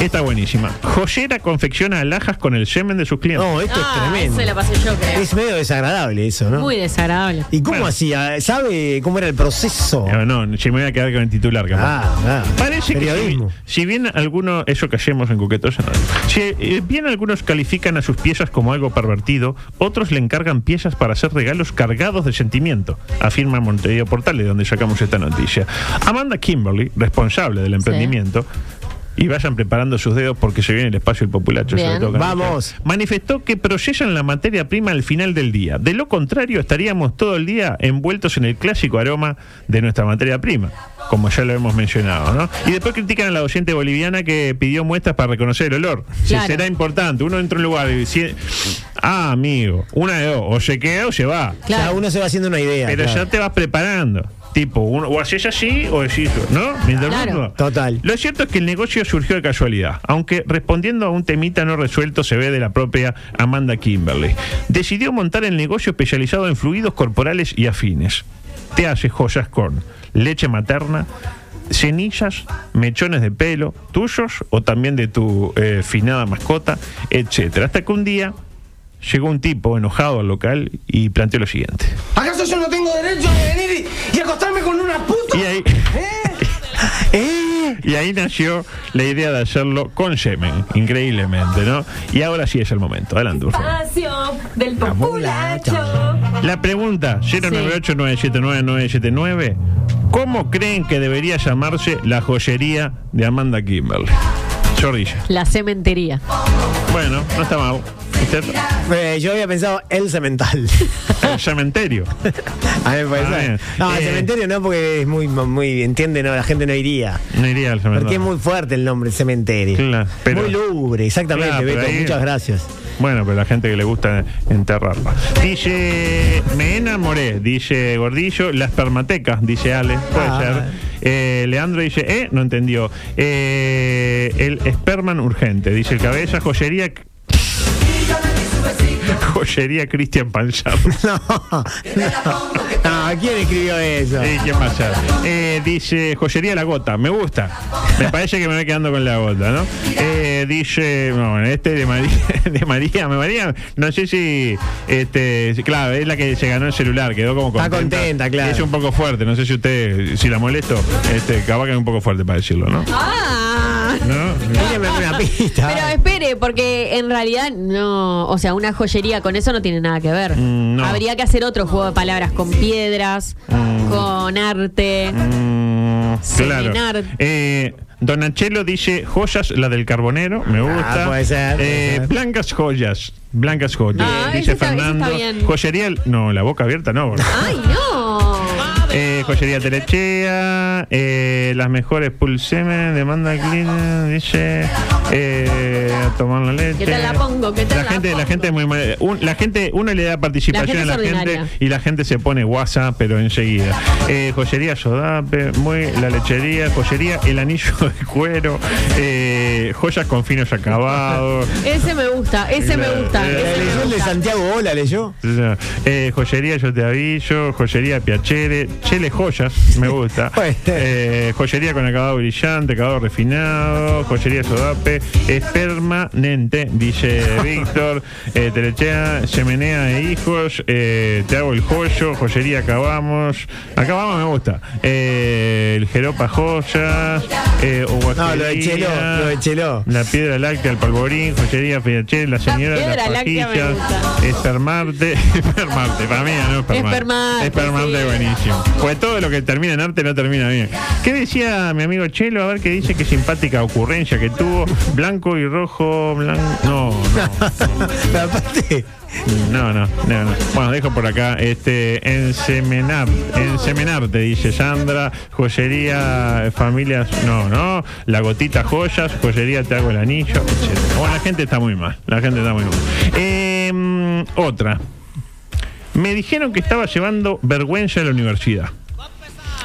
S11: Está buenísima. Joyera confecciona alhajas con el semen de sus clientes.
S12: No, esto
S10: Ah,
S12: es tremendo.
S10: se la pasé yo, creo.
S12: Es medio desagradable eso, ¿no?
S10: Muy desagradable.
S12: ¿Y cómo hacía? ¿Sabe cómo era el proceso?
S11: Eh, No, no, si me voy a quedar con el titular, capaz.
S12: Ah, ah.
S11: Parece que si,
S12: Periodismo.
S11: si bien algunos, eso que hacemos en Coquetosa, no. si eh, bien algunos califican a sus piezas como algo pervertido, otros le encargan piezas para hacer regalos cargados de sentimiento, afirma Montevideo Portal, de donde sacamos esta noticia. Amanda Kimberly, responsable del emprendimiento, y vayan preparando sus dedos porque se viene el espacio y el populacho. sobre
S12: Bien.
S11: todo con la
S12: Vamos.
S11: mujer. Manifestó que procesan la materia prima al final del día. De lo contrario, estaríamos todo el día envueltos en el clásico aroma de nuestra materia prima, como ya lo hemos mencionado. ¿no? Y después critican a la docente boliviana que pidió muestras para reconocer el olor. Si
S15: Claro.
S11: será importante. Uno entra a un lugar y dice, ah, amigo, una de dos, o se queda o se va.
S12: Cada uno se va haciendo una idea.
S11: Pero
S12: claro.
S11: ya te vas preparando. Tipo, uno, o haces así o decís, ¿no? ¿Me interrumpo?
S12: Total.
S11: Lo cierto es que el negocio surgió de casualidad, aunque respondiendo a un temita no resuelto se ve de la propia Amanda Kimberly. Decidió montar el negocio especializado en fluidos corporales y afines. Te hace joyas con leche materna, cenizas, mechones de pelo, tuyos o también de tu eh, finada mascota, etcétera. Hasta que un día llegó un tipo enojado al local y planteó lo siguiente.
S3: ¿Acaso yo no tengo derecho de venir y, y acostarme con una puta?
S11: Y ahí, y ahí nació la idea de hacerlo con semen, increíblemente, ¿no? Y ahora sí es el momento. Adelante, por favor.
S10: Espacio del populacho.
S11: La pregunta 098-979-979 ¿Cómo creen que debería llamarse la joyería de Amanda Kimberly? Chorrilla.
S10: La cementería.
S11: Bueno, no está mal. Usted,
S12: Eh, yo había pensado el cemental.
S11: el cementerio.
S12: A mí me parece.
S11: Ah, bien.
S12: no, el
S11: Eh.
S12: cementerio no, porque es muy, muy, entiende, no, la gente no iría.
S11: No iría al cementerio.
S12: Porque es muy fuerte el nombre, el cementerio.
S11: Claro, pero-
S12: muy lubre, exactamente,
S11: Claro, pero
S12: Beto,
S11: ahí-
S12: muchas gracias.
S11: Bueno, pero la gente que le gusta enterrarla. Dice, me enamoré, dice Gordillo, las permatecas, dice Ale, puede
S12: Ah.
S11: ser. Eh, Leandro dice, eh, no entendió. Eh, el esperman urgente, dice el cabeza, joyería... Joyería Cristian Panchado.
S12: No, no, ¿quién escribió eso?
S11: Sí, ¿quién va a ser? Eh, dice, joyería la gota, me gusta. Me parece que me voy quedando con la gota, ¿no? Eh, dice, no, bueno, este de María, de María, me María, no sé si, este, si- claro, es la que se ganó el celular, quedó como
S12: Está
S11: contenta.
S12: contenta, claro.
S11: Es un poco fuerte, no sé si usted, si la molesto, este, capaz que es un poco fuerte para decirlo, ¿no?
S10: Ah.
S11: ¿No?
S12: Dígame una pista.
S10: Pero espere, porque en realidad no, o sea, una joyería con eso no tiene nada que ver.
S11: Mm, no.
S10: Habría que hacer otro juego de palabras con piedras, con arte.
S11: Mm, claro.
S10: Seminar.
S11: Eh, Donachelo dice joyas, la del carbonero, me gusta.
S12: Ah, puede ser, puede
S11: Eh,
S12: ser.
S11: Blancas joyas, blancas joyas,
S10: Ah,
S11: dice
S10: ese está- Ah, ese está
S11: Fernando.
S10: bien.
S11: Joyería, no, la boca abierta no.
S10: ¡Ay, no!
S11: Eh, joyería Terechea, eh, las mejores pulsemen, demanda clina, dice, eh, a tomar la leche.
S10: ¿Qué te la pongo? ¿Qué te
S11: la,
S10: la
S11: gente, la gente es muy mal- un- la gente, uno le da participación
S10: La
S11: a la
S10: gente es
S11: gente
S10: ordinaria.
S11: y la gente se pone WhatsApp, pero enseguida. Eh, joyería Sodape, muy la lechería, joyería el anillo de cuero, eh, joyas con finos acabados.
S10: Ese me gusta, ese me gusta.
S11: La
S10: ese me
S11: leyó el
S10: gusta.
S11: Santiago Ola leyó. Eh, joyería Yo Te Aviso, joyería Piacere, Chele Joyas, me gusta. Eh, joyería con acabado brillante, acabado refinado, joyería Sodape, es permanente, dice Víctor, eh, Telechea, Semenea e Hijos, eh, Te hago el joyo, joyería Acabamos, Acabamos me gusta, eh, el Jeropa Joyas, eh,
S12: No, lo de
S11: Uguaquería,
S12: Cheló, lo de Cheló.
S11: la piedra láctea, el palborín, joyería Piacere, la señora de
S10: piedra
S11: las
S10: láctea me
S11: pajillas, es Permarte, Permarte, para mí no es Permarte.
S10: Permarte,
S11: Es Permarte,
S10: sí.
S11: buenísimo. Pues todo lo que termina en arte no termina bien. ¿Qué decía mi amigo Chelo? A ver qué dice, qué simpática ocurrencia que tuvo. Blanco y rojo, blanco. No, no. No, no, no, no. Bueno, dejo por acá. Este, ensemenar, ensemenarte, dice Sandra. Joyería, eh, familias, no, no. La gotita joyas, joyería te hago el anillo, etc. Bueno, la gente está muy mal. La gente está muy mal. Em, otra. Me dijeron que estaba llevando vergüenza a la universidad.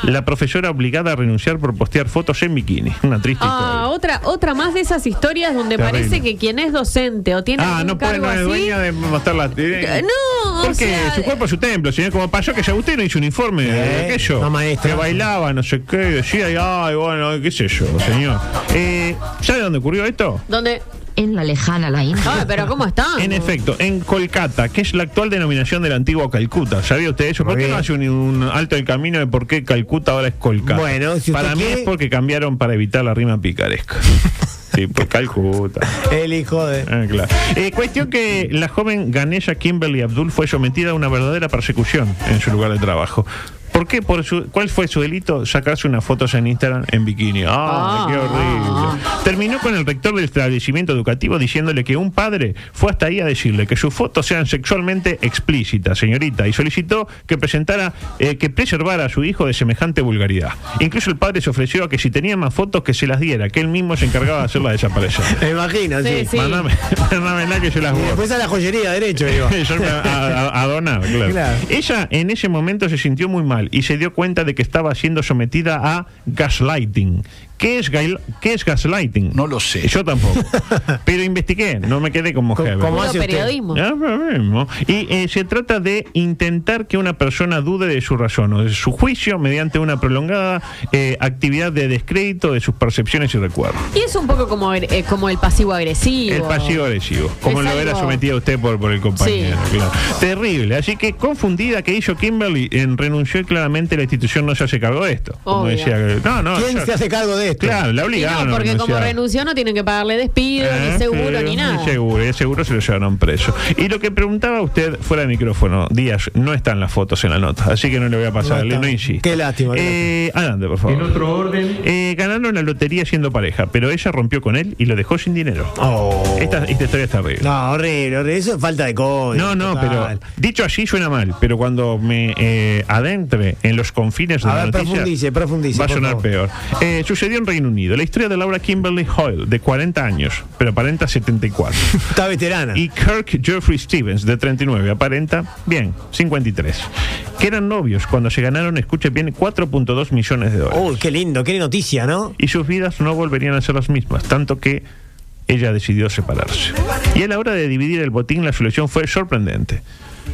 S11: La profesora obligada a renunciar por postear fotos en bikini. Una triste historia.
S10: Ah, otra, otra más de esas historias donde
S11: Terrible.
S10: parece que quien es docente o tiene
S11: Ah,
S10: algún
S11: no puede,
S10: cargo
S11: no es
S10: así,
S11: dueña de mostrar la. eh,
S10: No, o
S11: Porque
S10: sea, Eh,
S11: su cuerpo es su templo, señor. Como pasó que ya usted no hizo un informe de aquello. Que bailaba, no sé qué, decía, y, ay, bueno, qué sé yo, señor. Eh, ¿Sabe dónde ocurrió esto?
S10: donde
S6: En la lejana la India.
S10: Ah, pero ¿cómo está?
S11: En efecto, en Kolkata, que es la actual denominación de la antigua Calcuta. ¿Sabía usted eso? ¿Por qué no hace un, un alto el camino de por qué Calcuta ahora es Kolkata?
S12: Bueno, si usted
S11: Para mí
S12: quiere-
S11: es porque cambiaron para evitar la rima picaresca. sí, por Calcuta.
S12: El hijo de.
S11: Ah, claro. Eh, cuestión que la joven Ganesha Kimberly Abdul fue sometida a una verdadera persecución en su lugar de trabajo. ¿Por qué? Por su- ¿Cuál fue su delito? Sacarse unas fotos en Instagram en bikini. ¡Ah, qué horrible! Terminó con el rector del establecimiento educativo diciéndole que un padre fue hasta ahí a decirle que sus fotos sean sexualmente explícitas, señorita, y solicitó que presentara, eh, que preservara a su hijo de semejante vulgaridad. Incluso el padre se ofreció a que si tenía más fotos que se las diera, que él mismo se encargaba de hacerlas desaparecer.
S12: Me imagino, sí.
S11: Mandame, mándamela que yo las
S12: Y
S11: borro.
S12: después a la joyería, derecho, digo.
S11: Yo me- a, a- a donar, claro.
S12: Claro.
S11: Ella en ese momento se sintió muy mal y se dio cuenta de que estaba siendo sometida a gaslighting. ¿Qué es, gail- qué es gaslighting? No lo sé. Yo tampoco. Pero investigué, no me quedé como jefe.
S10: como hace Puro usted. periodismo.
S11: Ah, periodismo. Y eh, se trata de intentar que una persona dude de su razón o de su juicio mediante una prolongada eh, actividad de descrédito de sus percepciones y recuerdos.
S10: Y es un poco como, el- eh, como el pasivo agresivo.
S11: El pasivo agresivo, como
S10: Es
S11: lo era
S10: algo-
S11: sometida usted por, por el compañero. claro. Terrible. Así que confundida que hizo Kimberly, en, renunció y claramente la institución no se hace cargo de esto. Como
S10: Obvio.
S11: decía, no, no,
S12: ¿Quién
S11: yo-
S12: se hace cargo de esto?
S11: Claro, la
S10: Y
S11: obligaron.
S10: no,
S11: a
S10: porque como
S11: renunciar.
S10: renunció no tienen que pagarle despido,
S11: Eh,
S10: ni seguro, ni nada.
S11: Ni seguro, y seguro se lo llevaron preso. Y lo que preguntaba usted fuera de micrófono, Díaz, no están las fotos en la nota, así que no le voy a pasar, no, insisto. Qué lástima. Eh, adelante, por favor. En otro orden. ganaron la lotería siendo pareja, pero ella rompió con él y lo dejó sin dinero. Esta, esta historia está horrible.
S12: Oh. No, horrible, horrible. Eso es falta de código.
S11: No, no, pero dicho así suena mal, pero cuando me eh, adentre en los confines de la
S12: A ver,
S11: noticia,
S12: profundice, profundice,
S11: va a
S12: por
S11: sonar
S12: favor.
S11: peor. Eh, sucedió en Reino Unido la historia de Laura Kimberly Hoyle, de 40 años, pero aparenta 74.
S12: Está veterana.
S11: Y Kirk Jeffrey Stevens, de 39, aparenta, bien, 53. Que eran novios cuando se ganaron, escuche bien, 4.2 millones de dólares.
S12: Uy, qué lindo, qué noticia, ¿no?
S11: Y sus vidas no volverían a ser las mismas, tanto que ella decidió separarse. Y a la hora de dividir el botín, la solución fue sorprendente.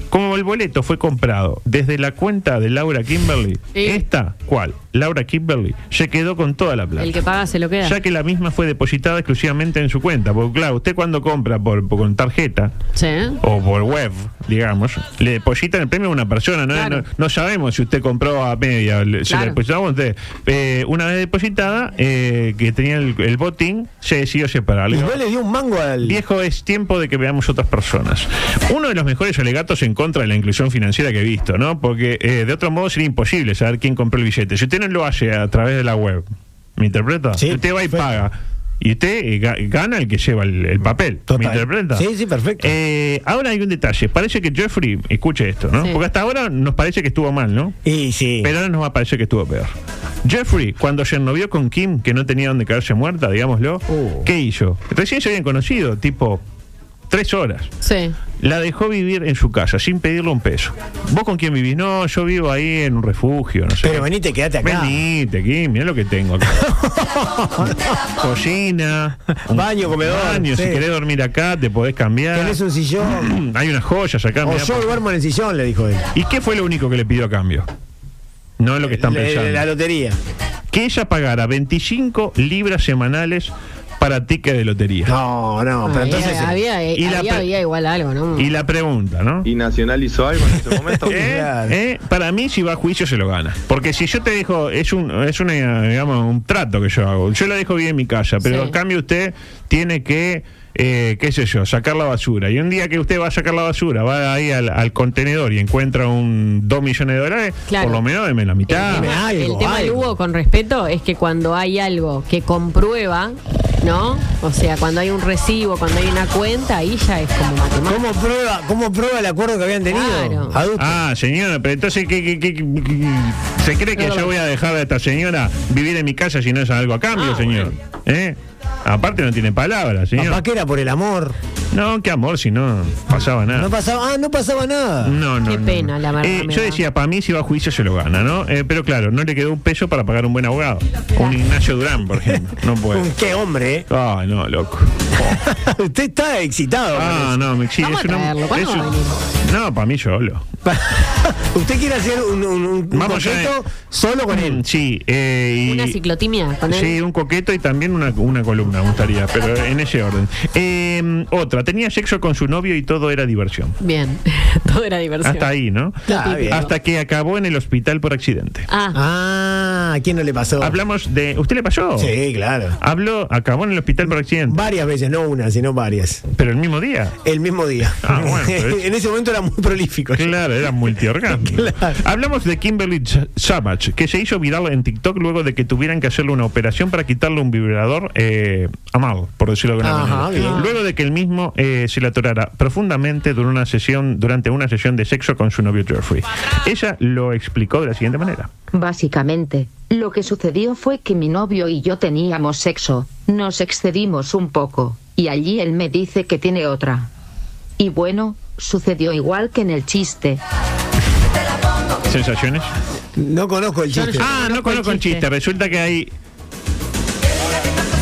S11: Como el boleto fue comprado desde la cuenta de Laura Kimberly, esta, ¿cuál? Laura Kimberly, se quedó con toda la plata.
S10: El que paga se lo queda.
S11: Ya que la misma fue depositada exclusivamente en su cuenta. Porque claro, usted cuando compra por, por- con tarjeta
S10: Sí.
S11: o por web, digamos, le depositan el premio a una persona. No,
S10: Claro.
S11: no, no sabemos si usted compró a media. le- Se
S10: Claro.
S11: la depositamos a usted. Eh, una vez depositada, eh, que tenía el, el botín, se decidió separar.
S12: Y
S11: Le digo,
S12: no le dio un mango al.
S11: Viejo, es tiempo de que veamos otras personas. Uno de los mejores alegatos en contra de la inclusión financiera que he visto, ¿no? Porque eh, de otro modo sería imposible saber quién compró el billete. Si usted no lo hace a través de la web, ¿me interpreta? Si usted va y paga. Y usted eh, ga- gana el que lleva el, el papel. ¿Me interpreta?
S12: Sí, sí, perfecto.
S11: Eh, ahora hay un detalle. Parece que Jeffrey, escuche esto, ¿no?
S12: Sí.
S11: Porque hasta ahora nos parece que estuvo mal, ¿no?
S12: Y sí.
S11: Pero ahora nos va a parecer que estuvo peor. Jeffrey, cuando se novió con Kim, que no tenía donde caerse muerta, digámoslo,
S12: Oh.
S11: ¿qué hizo? Recién se habían conocido, tipo, tres horas.
S10: Sí.
S11: La dejó vivir en su casa, sin pedirle un peso. ¿Vos con quién vivís? No, yo vivo ahí en un refugio, no sé.
S12: Pero venite, quédate acá.
S11: Venite, Kim, mirá lo que tengo acá. Cocina, un
S12: Baño, comedor,
S11: Baño,
S12: sí.
S11: si querés dormir acá, te podés cambiar.
S12: Tenés un sillón.
S11: Hay unas joyas acá.
S12: o
S11: mirá,
S12: yo duermo en el sillón, le dijo él.
S11: ¿Y qué fue lo único que le pidió a cambio? No es lo que están
S12: Le-
S11: pensando.
S12: la lotería.
S11: Que ella pagara 25 libras semanales para ticket de lotería.
S12: No, no,
S10: Ah, había, había,
S11: y, la
S10: había-
S11: pre-
S10: había igual algo, ¿no?
S11: y la pregunta, ¿no?
S14: ¿Y Nacional hizo algo en ese momento?
S11: Eh, eh, para mí, si va a juicio, se lo gana. Porque si yo te dejo, es un es una, digamos, un trato que yo hago. Yo la dejo bien en mi casa, pero
S10: Sí.
S11: a cambio usted tiene que, eh, qué sé yo, sacar la basura. Y un día que usted va a sacar la basura, va ahí al, al contenedor y encuentra un 2 millones de dólares,
S10: Claro. Eh,
S11: por lo menos deme la mitad.
S10: El tema, el tema, Lugo, con respeto, es que cuando hay algo que comprueba, ¿no? O sea, cuando hay un recibo, cuando hay una cuenta, ahí ya es como matemática.
S12: ¿Cómo prueba, ¿Cómo prueba el acuerdo que habían tenido?
S10: Claro.
S12: Adulto.
S11: Ah, señora, pero entonces, ¿qué, qué- qué- qué- qué- se cree que yo voy a dejar a esta señora vivir en mi casa si no es algo a cambio,
S10: Ah,
S11: señor? ¿Eh? Aparte no tiene palabras, señor.
S12: Papá que era por el amor.
S11: No, qué amor, si no pasaba nada.
S12: No pasaba, ah, no pasaba nada.
S11: No, no.
S10: Qué
S11: no,
S10: pena,
S11: no.
S10: la verdad,
S11: Eh,
S10: me
S11: yo
S10: da.
S11: decía, para mí si va a juicio se lo gana, ¿no? Eh, pero claro, no le quedó un peso para pagar un buen abogado. Un Ignacio Durán, por ejemplo. No puede.
S12: Un Qué hombre, eh.
S11: Ay, no, loco.
S12: Usted está excitado.
S11: Oh. Ah, no, me exige.
S10: Vamos a traerlo, ¿cuándo va a
S11: No, para mí solo.
S12: Usted quiere hacer un, un, un- un
S11: Vamos,
S12: proyecto
S11: eh.
S12: solo con él.
S11: Sí, eh, y-
S10: Una ciclotimia con él.
S11: Sí, un coqueto y también una, una columna, me gustaría, pero en ese orden. Eh, otra, tenía sexo con su novio y todo era diversión.
S10: Bien, todo era diversión.
S11: Hasta ahí, ¿no?
S12: Está bien.
S11: Hasta que acabó en el hospital por accidente.
S10: Ah,
S12: Ah, ¿a quién no le pasó?
S11: Hablamos de. ¿Usted le pasó?
S12: Sí, claro.
S11: Habló, acabó en el hospital por accidente.
S12: Varias veces, no una, sino varias.
S11: Pero el mismo día.
S12: El mismo día.
S11: Ah, bueno, pero es-
S12: en ese momento era muy prolífico.
S11: Claro, era multiorgánico. Hablamos de Kimberly Sa- Savage, que se hizo viral en TikTok luego de que tuvieran que hacerle una operación para quitarle un vibrador eh, a Mal, por decirlo de una
S12: Ajá,
S11: manera.
S12: bien.
S11: Luego de que el mismo eh, se la atorara profundamente durante una, sesión, durante una sesión de sexo con su novio Jeffrey. Ella lo explicó de la siguiente manera.
S6: Básicamente, lo que sucedió fue que mi novio y yo teníamos sexo, nos excedimos un poco, y allí él me dice que tiene otra. Y bueno, sucedió igual que en el chiste.
S11: ¿Sensaciones?
S12: No conozco el chiste.
S11: Ah, no conozco el chiste. Resulta que hay...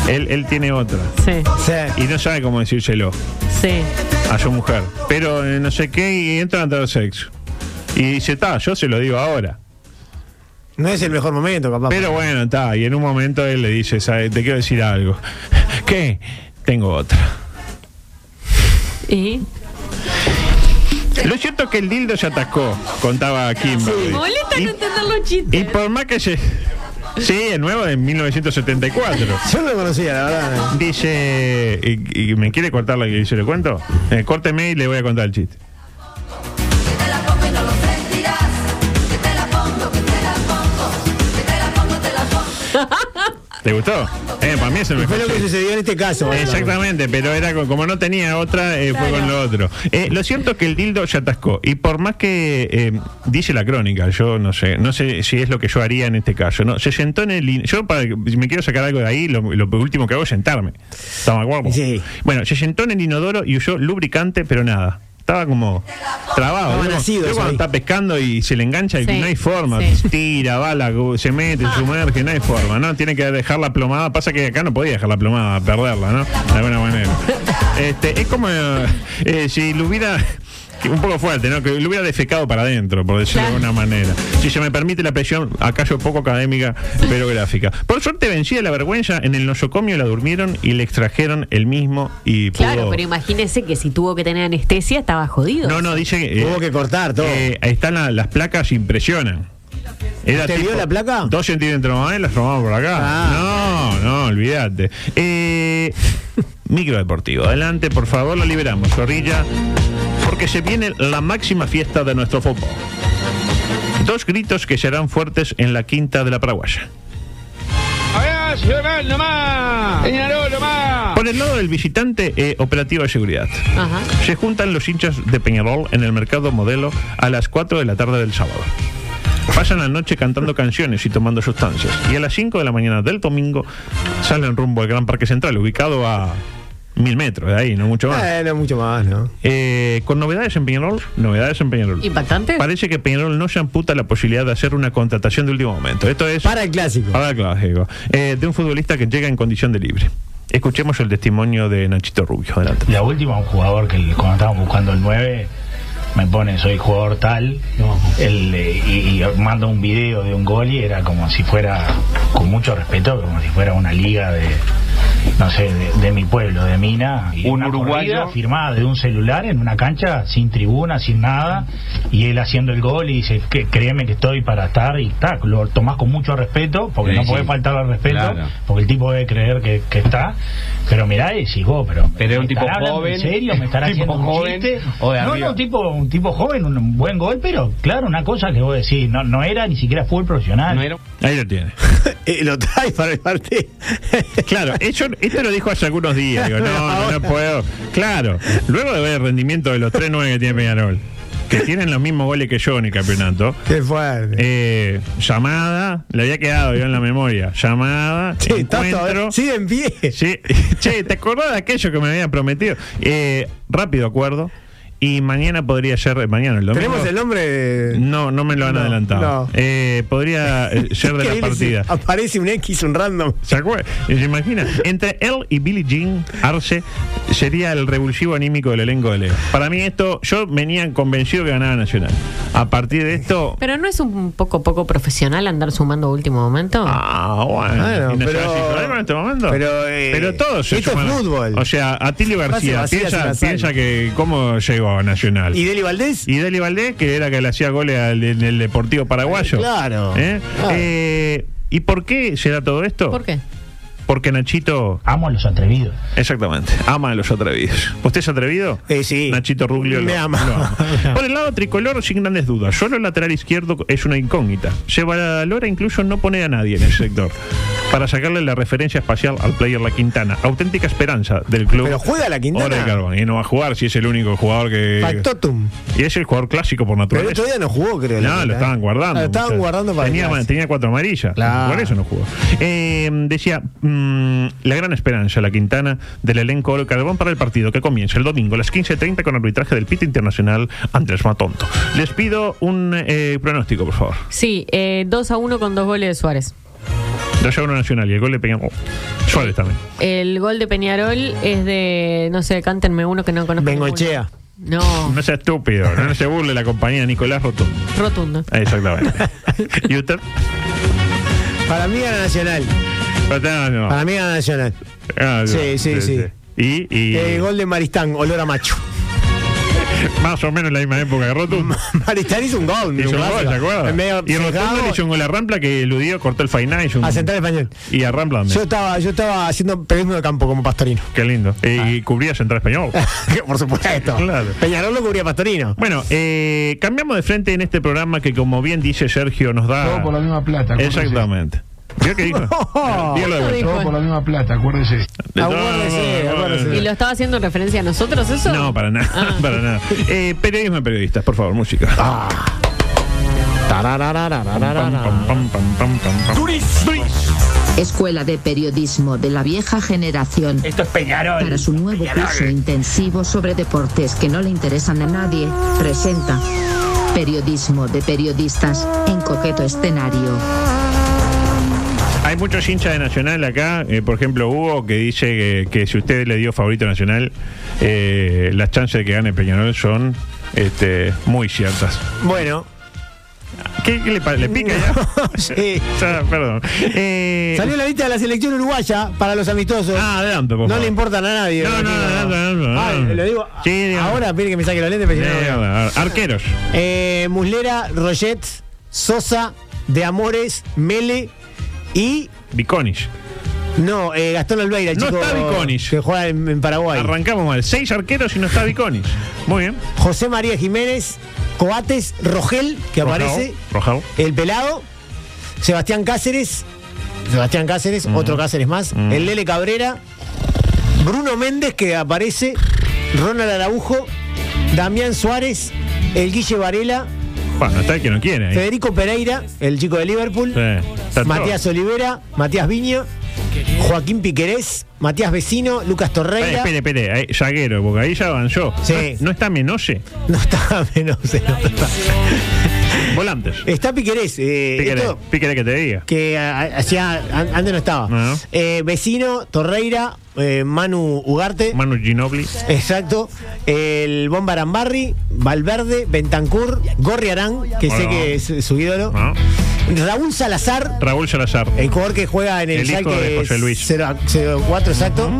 S11: Él, él tiene otra
S10: sí,
S12: Sí.
S11: y no sabe cómo decírselo.
S10: sí.
S11: a su mujer. Pero eh, no sé qué y entra a tener sexo. Y dice, está, yo se lo digo ahora.
S12: No es el mejor momento, capaz.
S11: Pero bueno, está. Y en un momento él le dice, "Sabe, te quiero decir algo. ¿Qué? Tengo otra.
S10: ¿Y?
S11: Lo cierto es que el dildo se atascó, contaba Kimberly.
S10: Molesta no entender los
S11: Y, y
S10: chistes.
S11: por más que se... Sí, es nuevo de 1974.
S12: Yo no lo conocía, la verdad.
S11: Dice, y, y me quiere cortar la que se le cuento. Eh, córteme y le voy a contar el chiste. ¿Te gustó? Eh, para mí es el
S12: Fue
S11: mejor
S12: lo que
S11: chiste.
S12: sucedió en este caso.
S11: Exactamente, pero era co- como no tenía otra, eh, fue con lo otro. Eh, lo cierto es que el dildo se atascó. Y por más que eh, dice la crónica, yo no sé, no sé si es lo que yo haría en este caso. No, se sentó en el. in- Yo para, si me quiero sacar algo de ahí, lo, lo último que hago es sentarme. ¿Estamos de acuerdo?
S12: Sí.
S11: Bueno, se sentó en el inodoro y usó lubricante, pero nada. Estaba como trabado.
S12: Estaba
S11: ¿vio?
S12: nacido
S11: ¿Vio
S12: eso
S11: cuando
S12: ahí.
S11: está pescando y se le engancha y
S10: Sí,
S11: no hay forma.
S10: sí.
S11: Tira, va, la- se mete,
S10: Ah.
S11: sumerge, no hay forma, ¿no? Tiene que dejarla plomada. Pasa que acá no podía dejarla plomada, perderla, ¿no? De alguna manera. Este, es como eh, eh, si lo hubiera. que Un poco fuerte, ¿no? Que lo hubiera defecado para adentro, por decirlo de alguna manera. Si se me permite la presión, acaso poco académica, pero gráfica. Por suerte, vencida la vergüenza, en el nosocomio la durmieron y le extrajeron el mismo y pudo...
S10: Claro, pero imagínese que si tuvo que tener anestesia estaba jodido.
S11: No, no, dice que... eh,
S12: Hubo que cortar todo.
S11: eh, ahí están la- las placas, impresionan.
S12: ¿Te vio la placa? Ah.
S11: Dos centímetros más y las tomamos por acá. No, no, olvídate. Eh, microdeportivo, adelante, por favor, lo liberamos, zorrilla, porque se viene la máxima fiesta de nuestro fútbol. Dos gritos que serán fuertes en la quinta de la Paraguaya.
S5: A Nacional nomás. Peñarol nomás.
S11: Por el lado del visitante, eh, operativo de seguridad.
S10: Ajá.
S11: Se juntan los hinchas de Peñarol en el mercado modelo a las 4 de la tarde del sábado. Pasan la noche cantando canciones y tomando sustancias. Y a las 5 de la mañana del domingo salen rumbo al Gran Parque Central, ubicado a mil metros de ahí, no mucho más.
S12: Eh, no mucho más, ¿no?
S11: Eh, con novedades en Peñarol, novedades en Peñarol.
S10: ¿Impactante?
S11: Parece que Peñarol no se amputa la posibilidad de hacer una contratación de último momento. Esto es
S12: Para el clásico.
S11: para el clásico, eh, de un futbolista que llega en condición de libre. Escuchemos el testimonio de Nachito Rubio. Adelante.
S15: La última, un jugador que el- cuando estábamos buscando el 9, me pone, soy jugador tal, el, eh, y, y manda un video de un gol y era como si fuera, con mucho respeto, como si fuera una liga de, no sé, de, de mi pueblo, de Mina. Y
S5: Un
S15: una
S5: uruguayo.
S15: corrida firmada de un celular en una cancha, sin tribuna, sin nada, y él haciendo el gol y dice, "Que- créeme que estoy para estar, y está, lo tomás con mucho respeto, porque
S14: Sí,
S15: no
S14: sí.
S15: puede faltar al respeto,
S14: Claro.
S15: porque el tipo debe creer que, que está, pero mirá y decís vos, pero...
S14: Pero es un
S15: ¿Me
S14: tipo
S15: estará hablando
S14: joven.
S15: ¿En serio? ¿Me estará
S14: Tipo
S15: haciendo un
S14: joven
S15: chiste?
S14: o de
S15: no,
S14: arriba.
S15: no, tipo, un tipo joven, un buen gol, pero claro, una cosa que vos decís, no, no era ni siquiera fútbol profesional.
S11: Ahí lo tiene.
S12: Eh, lo trae para el partido.
S11: Claro, eso, esto lo dijo hace algunos días. Digo, no, no, no puedo. Claro, luego de ver el rendimiento de los 3-9 que tiene Peñarol, que tienen los mismos goles que yo en el campeonato.
S12: Qué fuerte.
S11: eh, llamada, le había quedado yo en la memoria. Llamada,
S12: Che, está
S11: encuentro.
S12: todavía- sigue en pie.
S11: Sí. Che, ¿te acordás de aquello que me habían prometido? Eh, rápido acuerdo. Y mañana podría ser, eh, mañana el domingo.
S12: Tenemos el nombre de-
S11: No, no me lo han
S12: No,
S11: adelantado.
S12: no.
S11: Eh, podría eh, ser de la
S12: Increíble, sí.
S11: partida.
S12: Aparece un X, un random.
S11: ¿Se acuerda? ¿Se imagina? Entre él y Billie Jean Arce sería el revulsivo anímico del elenco de Leo. Para mí esto, yo venía convencido que ganaba Nacional. A partir de esto...
S10: Pero no es un poco poco profesional andar sumando a último momento.
S11: Ah, bueno.
S12: Bueno,
S11: ¿Y no se va a
S12: pero-
S11: hacer problema en este momento?
S12: pero, eh,
S11: Pero todos se
S12: esto es
S11: suman a-
S12: fútbol.
S11: O sea, Atilio
S12: Pase
S11: García
S12: vacía, sin
S11: piensa,
S12: azar.
S11: piensa que cómo llegó a Nacional.
S12: ¿Y Deli Valdés?
S11: Y Deli Valdés, que era que le hacía goles al- en el Deportivo Paraguayo.
S12: Eh, claro, Ah.
S11: ¿Eh?
S12: claro.
S11: Eh, ¿Y por qué será todo esto?
S10: ¿Por qué?
S11: Porque Nachito
S15: Amo a los atrevidos.
S11: Exactamente. Ama a los atrevidos. ¿Usted es atrevido?
S12: Eh, sí.
S11: Nachito Ruglio.
S12: Me
S11: lo-
S12: ama.
S11: lo ama. Por el lado tricolor, sin grandes dudas. Solo el lateral izquierdo es una incógnita. Se valora incluso no poner a nadie en el sector. Para sacarle la referencia espacial al player La Quintana. Auténtica esperanza del club.
S12: Pero juega La Quintana.
S11: Ora de Carbón. Y no va a jugar si es el único jugador que.
S12: Factotum.
S11: Y es el jugador clásico por
S12: Pero el
S11: naturaleza.
S12: otro día no jugó,
S11: No,
S12: creo. La Quintana.
S11: lo estaban guardando.
S12: Ah, Lo estaban
S11: muchachos.
S12: guardando para el
S11: tenía,
S12: clásico.
S11: tenía cuatro amarillas.
S12: Claro.
S11: Por eso no jugó. Eh, decía, mm, la gran esperanza, la quintana del elenco Oro Carbón para el partido que comienza el domingo a las 15.30 con arbitraje del pito internacional Andrés Matonto. Les pido un eh, pronóstico, por favor.
S10: Sí, 2 a 1 con dos goles de Suárez.
S11: 2 a 1 Nacional y el gol de Peñarol. Suárez también.
S10: El gol de Peñarol es de, no sé, cántenme uno que no conozco.
S12: Bengochea.
S10: ninguno. No,
S11: No sea estúpido, no se burle la compañía de Nicolás Rotondo.
S10: rotundo.
S11: Exactamente. ¿Y usted?
S12: Para mí gana Nacional.
S11: No, Ah, no.
S12: Para mí gana Nacional.
S11: Ah, no.
S12: Sí, sí, sí. Eh,
S11: Y, y-
S12: El gol de Maristán, olor a macho.
S11: más o menos en la misma época que Rotondo.
S12: Maristán hizo un gol.
S11: Hizo un gol, ¿se acuerda?
S12: En medio
S11: Y Rotondo
S12: cerrado,
S11: le hizo un gol a Rampla que eludió, cortó el final. hizo un-
S12: a Central Español.
S11: Y a Rampla también.
S12: Yo estaba, yo estaba haciendo periodismo de campo como pastorino.
S11: Qué lindo. Y, y
S12: Ah.
S11: cubría Central Español.
S12: Por supuesto.
S11: Claro.
S12: Peñarol lo cubría pastorino.
S11: Bueno, eh, cambiamos de frente en este programa que, como bien dice Sergio, nos da.
S8: Todo por la misma plata. acuérdese.
S11: Exactamente. ¿Vio qué dijo? Dígalo de
S10: Eso
S11: vuelta.
S10: dijo.
S8: Todo por la misma plata, acuérdese.
S11: De todo-
S12: Aguárdese, aguárdese.
S10: ¿Y lo estaba haciendo en referencia a nosotros eso?
S11: No, para nada.
S10: Ah.
S11: Para nada. Eh, periodismo de periodistas, por favor, música.
S12: Ah,
S11: Pam, pam, pam, pam, pam, pam.
S6: Escuela de Periodismo de la Vieja Generación.
S15: Esto es Peñarol.
S6: Para su nuevo curso intensivo sobre deportes que no le interesan a nadie, presenta Periodismo de Periodistas en coqueto escenario.
S11: Hay muchos hinchas de Nacional acá, eh, por ejemplo Hugo, que dice que, que si usted le dio favorito a Nacional, eh, las chances de que gane Peñarol son este, muy ciertas.
S12: Bueno,
S11: ¿Qué, qué le, pa- le pica ya?
S12: sí.
S11: O sea, perdón. Eh,
S12: Salió la lista de la selección uruguaya para los amistosos.
S11: Ah, adelante, por
S12: no
S11: favor.
S12: le importan a nadie.
S11: No, no, adelante, adelante, adelante.
S12: Ay, lo digo.
S11: Sí, digamos.
S12: ahora, pide que me saque los lentes. pero si no,
S11: Eh,
S12: no.
S11: a- a- arqueros.
S12: Eh, Muslera, Roget, Sosa, De Amores, Mele y.
S11: Biconis.
S12: No, eh, Gastón Alveira, el
S11: No
S12: chico
S11: está Viconis.
S12: que juega en, en Paraguay.
S11: Arrancamos mal. Seis arqueros y no está Biconis. Muy bien.
S12: José María Jiménez, Coates, Rogel, que aparece,
S11: Rojao. Rojao.
S12: el pelado, Sebastián Cáceres, Sebastián Cáceres, otro Cáceres más. El Lele Cabrera. Bruno Méndez, que aparece. Ronald Araujo. Damián Suárez. El Guille Varela.
S11: Bueno, está el que no quiere. ahí.
S12: Federico Pereira, el chico de Liverpool.
S11: Sí, está todo.
S12: Matías Olivera. Matías Viña. Joaquín Piquerés. Matías Vecino. Lucas
S11: Espere,
S12: Torreira.
S11: Eh, espere, espere. Ahí, Yaguero, porque ahí ya avanzó.
S12: Sí.
S11: ¿No, no está Menoye?
S12: No está menos. no está.
S11: Volantes.
S12: Está Piquerés. eh,
S11: Piqueré,
S12: esto-
S11: Piqueré que te diga.
S12: que a- a- hacía an- antes no estaba.
S11: No.
S12: Eh, vecino, Torreira, eh, Manu Ugarte.
S11: Manu Ginobili.
S12: Exacto. El Bomba Arambarri, Valverde, Bentancur, Gorri Arán, que sé
S11: Bueno.
S12: que es su ídolo.
S11: No.
S12: Raúl Salazar,
S11: Raúl Salazar. ¿Eh?
S12: el jugador que juega en el,
S11: El hijo
S12: Schalke
S11: de José Luis.
S12: 0 04, exacto.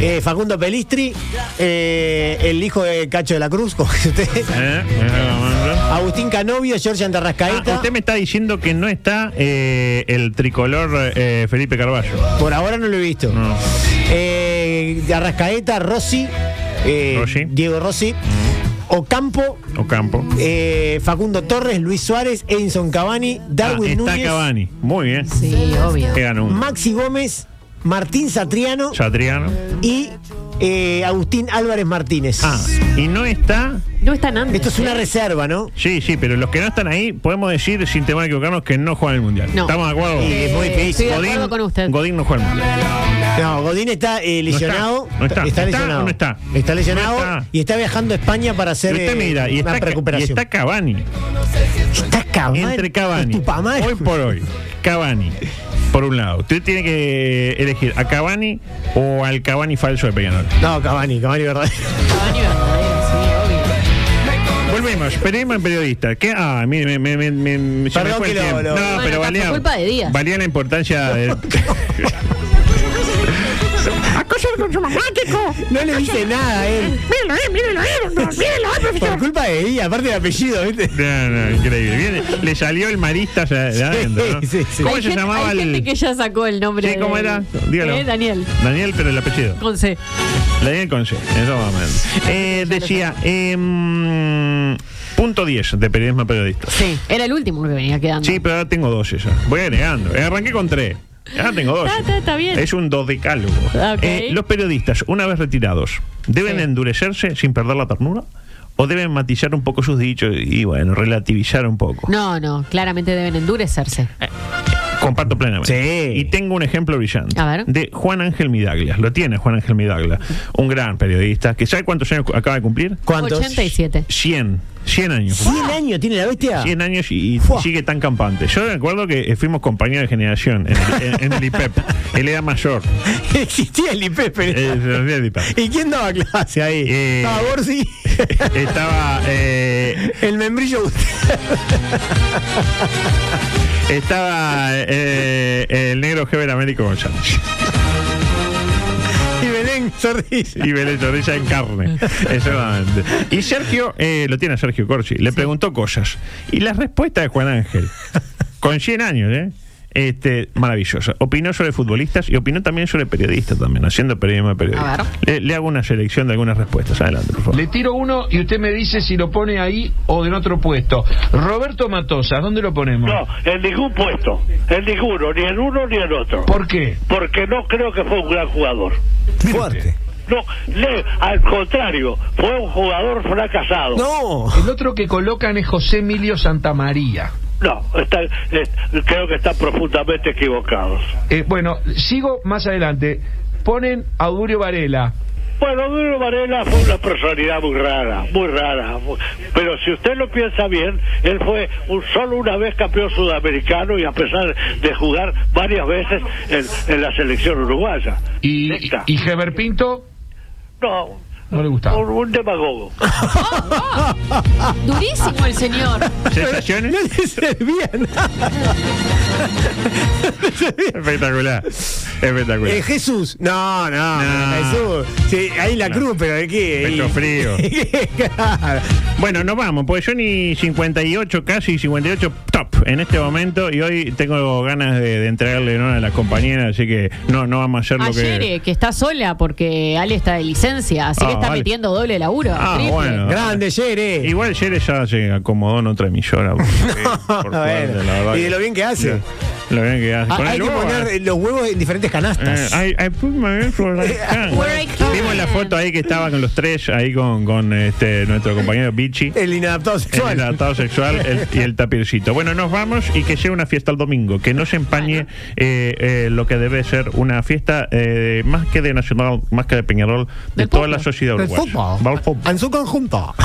S12: Eh, Facundo Pelistri, eh, el hijo de Cacho de la Cruz, como dice usted.
S11: ¿Eh? Ah,
S12: Agustín Canovio, George Andarrascaeta.
S11: usted me está diciendo que no está eh, el tricolor eh, Felipe Carballo.
S12: Por ahora no lo he visto.
S11: No.
S12: Eh, de Arrascaeta, Rossi, eh,
S11: Rossi. Mm.
S12: Diego Rossi, Ocampo,
S11: Ocampo.
S12: eh, Facundo Torres, Luis Suárez, Edison Cavani,
S11: Ah,
S12: Darwin
S11: está
S12: Núñez,
S11: Cavani. Muy bien.
S10: Sí, obvio.
S11: Que ganó uno.
S12: Maxi Gómez, Martín Satriano
S11: Satriano.
S12: y eh, Agustín Álvarez Martínez.
S11: Ah, y no está.
S10: No están antes.
S12: Esto es una
S10: ¿eh?
S12: reserva, ¿no?
S11: Sí, sí, pero los que no están ahí, podemos decir sin temor a equivocarnos que no juegan el mundial.
S10: No.
S11: ¿Estamos de acuerdo?
S12: Y es muy
S10: Eh, estoy
S12: difícil.
S10: de acuerdo
S11: Godín,
S10: con usted.
S11: Godín no juega el mundial.
S12: No, Godín está eh, lesionado.
S11: No está. ¿Está
S12: lesionado.
S11: o no está?
S12: Está lesionado
S11: No está.
S12: y está viajando a España para hacer
S11: Y usted
S12: eh,
S11: mira, y
S12: una
S11: está, y
S12: recuperación.
S11: está Cavani.
S12: Está Cavani.
S11: Entre Cavani.
S12: Es tu pa' madre.
S11: Hoy por hoy. Cavani. Por un lado. Usted tiene que elegir a Cavani o al Cavani falso de Peñarol.
S12: No, Cavani, Cavani verdad.
S10: Cavani verdadero, sí, obvio.
S11: Volvemos, periodismo en periodista. ¿Qué? Ah, mire, me, me, me, me- se
S12: Perdón
S11: me fue
S12: que
S11: el
S12: lo-
S11: tiempo.
S12: lo-
S11: No,
S12: Bueno,
S11: pero
S10: por
S11: valía,
S10: culpa de Díaz.
S11: valía la importancia de...
S12: Acoso con su mamá, Kiko. No le dice nada a él. Mírenlo, eh, mírenlo, eh, mírenlo, Por culpa de ella, aparte de apellido, ¿viste?
S11: No, no, increíble. Viene- le salió el marista ya- de adentro, ¿no?
S12: Sí, sí, sí.
S11: ¿Cómo
S10: Hay
S11: se
S10: gente-
S11: llamaba
S10: hay gente
S11: el...?
S10: que ya sacó el nombre.
S11: Sí, ¿cómo
S10: del-
S11: era? Dígalo.
S10: ¿Eh? Daniel.
S11: Daniel, pero el apellido.
S10: Con C.
S11: Daniel Conce, en esos momentos. Eh, decía, em, punto 10 de periodismo a periodista.
S10: Sí. Era el último que venía quedando.
S11: Sí, pero ahora tengo 12 ya. Voy agregando. Eh, Arranqué con 3. Ahora tengo 12.
S10: Está- está- está bien.
S11: Es un dodecálogo.
S10: Ok.
S11: Eh, los periodistas, una vez retirados, ¿deben
S10: Sí.
S11: endurecerse sin perder la ternura? ¿O deben matizar un poco sus dichos y, bueno, relativizar un poco?
S10: No, no, claramente deben endurecerse.
S11: Comparto plenamente.
S12: Sí.
S11: Y tengo un ejemplo brillante.
S10: A ver.
S11: De Juan Ángel Midaglia. Lo tiene Juan Ángel Midaglia. Un gran periodista que ¿sabe cuántos años acaba de cumplir?
S12: ¿Cuántos?
S10: 87.
S11: 100. 100 años.
S12: ¿100 años tiene la bestia?
S11: 100 años y, y
S12: Fua.
S11: sigue tan campante. Yo me acuerdo que eh, fuimos compañeros de generación en el, en- en el IPEP. Él era mayor.
S12: Existía el IP, pero.
S11: Eh, en el IPEP.
S12: ¿Y quién daba clase ahí?
S11: Eh.
S12: Estaba Borsi.
S11: Estaba, eh,
S12: el membrillo.
S11: estaba eh, el negro Heber Américo González.
S12: y Belén Sordilla.
S11: y Belén Zorrilla en carne. Exactamente. Y Sergio, eh, lo tiene Sergio Corsi, le preguntó cosas. Y la respuesta de Juan Ángel, con 100 años, ¿eh? Este, maravillosa. Opinó sobre futbolistas y opinó también sobre periodistas también, haciendo periodismo de periodistas.
S10: A
S11: Le, le hago una selección de algunas respuestas. Adelante, por favor.
S16: Le tiro uno y usted me dice si lo pone ahí o en otro puesto. Roberto Matosas, ¿dónde lo ponemos?
S17: No, en ningún puesto, en ninguno, ni en uno ni en otro.
S16: ¿Por qué?
S17: Porque no creo que fue un gran jugador.
S12: Fuerte.
S17: No, le- al contrario, fue un jugador fracasado.
S12: No.
S16: El otro que colocan es José Emilio Santamaría.
S17: No, está, eh, creo que están profundamente equivocados.
S16: Eh, bueno, sigo más adelante. Ponen a Durio Varela.
S17: Bueno, Duro Varela fue una personalidad muy rara, muy rara. muy- Pero si usted lo piensa bien, él fue un, solo una vez campeón sudamericano y a pesar de jugar varias veces en, en la selección uruguaya.
S16: Y,
S17: Neta.
S16: y Heber Pinto,
S17: No,
S16: no le gustaba.
S17: un, un demagogo.
S10: Durísimo el señor.
S11: ¿Sensaciones?
S12: No le servía nada.
S11: Espectacular. Espectacular.
S12: Eh, Jesús. No, no,
S11: No.
S12: Jesús. Sí, ahí la
S11: No.
S12: cruz, pero ¿de qué? Eh,
S11: Pecho frío.
S12: claro.
S11: Bueno, nos vamos, porque yo ni 58, casi 58 top en este momento y hoy tengo ganas de, de entregarle honor a las compañeras, así que no, no vamos a hacer lo
S10: Ayer,
S11: que...
S10: eh, que está sola porque Ale está de licencia, así
S11: Ah,
S10: que está
S11: vale.
S10: metiendo doble laburo.
S11: Ah,
S10: triple.
S11: bueno.
S12: Grande, Yere.
S11: Igual Yere ya se acomodó en otra emisora. porque- por
S12: Bueno,
S11: suerte, la verdad
S12: y de
S11: que-
S12: lo bien que hace.
S11: Ya. Lo bien que hace.
S12: Ah, hay que
S11: Ponelo,
S12: poner
S11: eh.
S12: eh, los huevos en diferentes canastas.
S11: Eh, I, I put my eggs where I can.
S12: Where I can.
S11: Vimos la foto ahí que estaba con los tres, ahí con, con este, nuestro compañero Bichi.
S12: El inadaptado sexual.
S11: El inadaptado sexual el- y el tapircito. Bueno, nos vamos y que sea una fiesta el domingo. Que no se empañe eh, eh, lo que debe ser una fiesta eh, más que de Nacional, más que de Peñarol, de toda la sociedad
S12: Del
S11: uruguaya.
S12: fútbol.
S11: Va al fútbol.
S12: En su conjunto.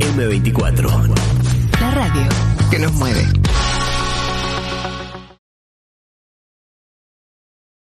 S1: M24.
S6: La radio.
S1: Que nos mueve.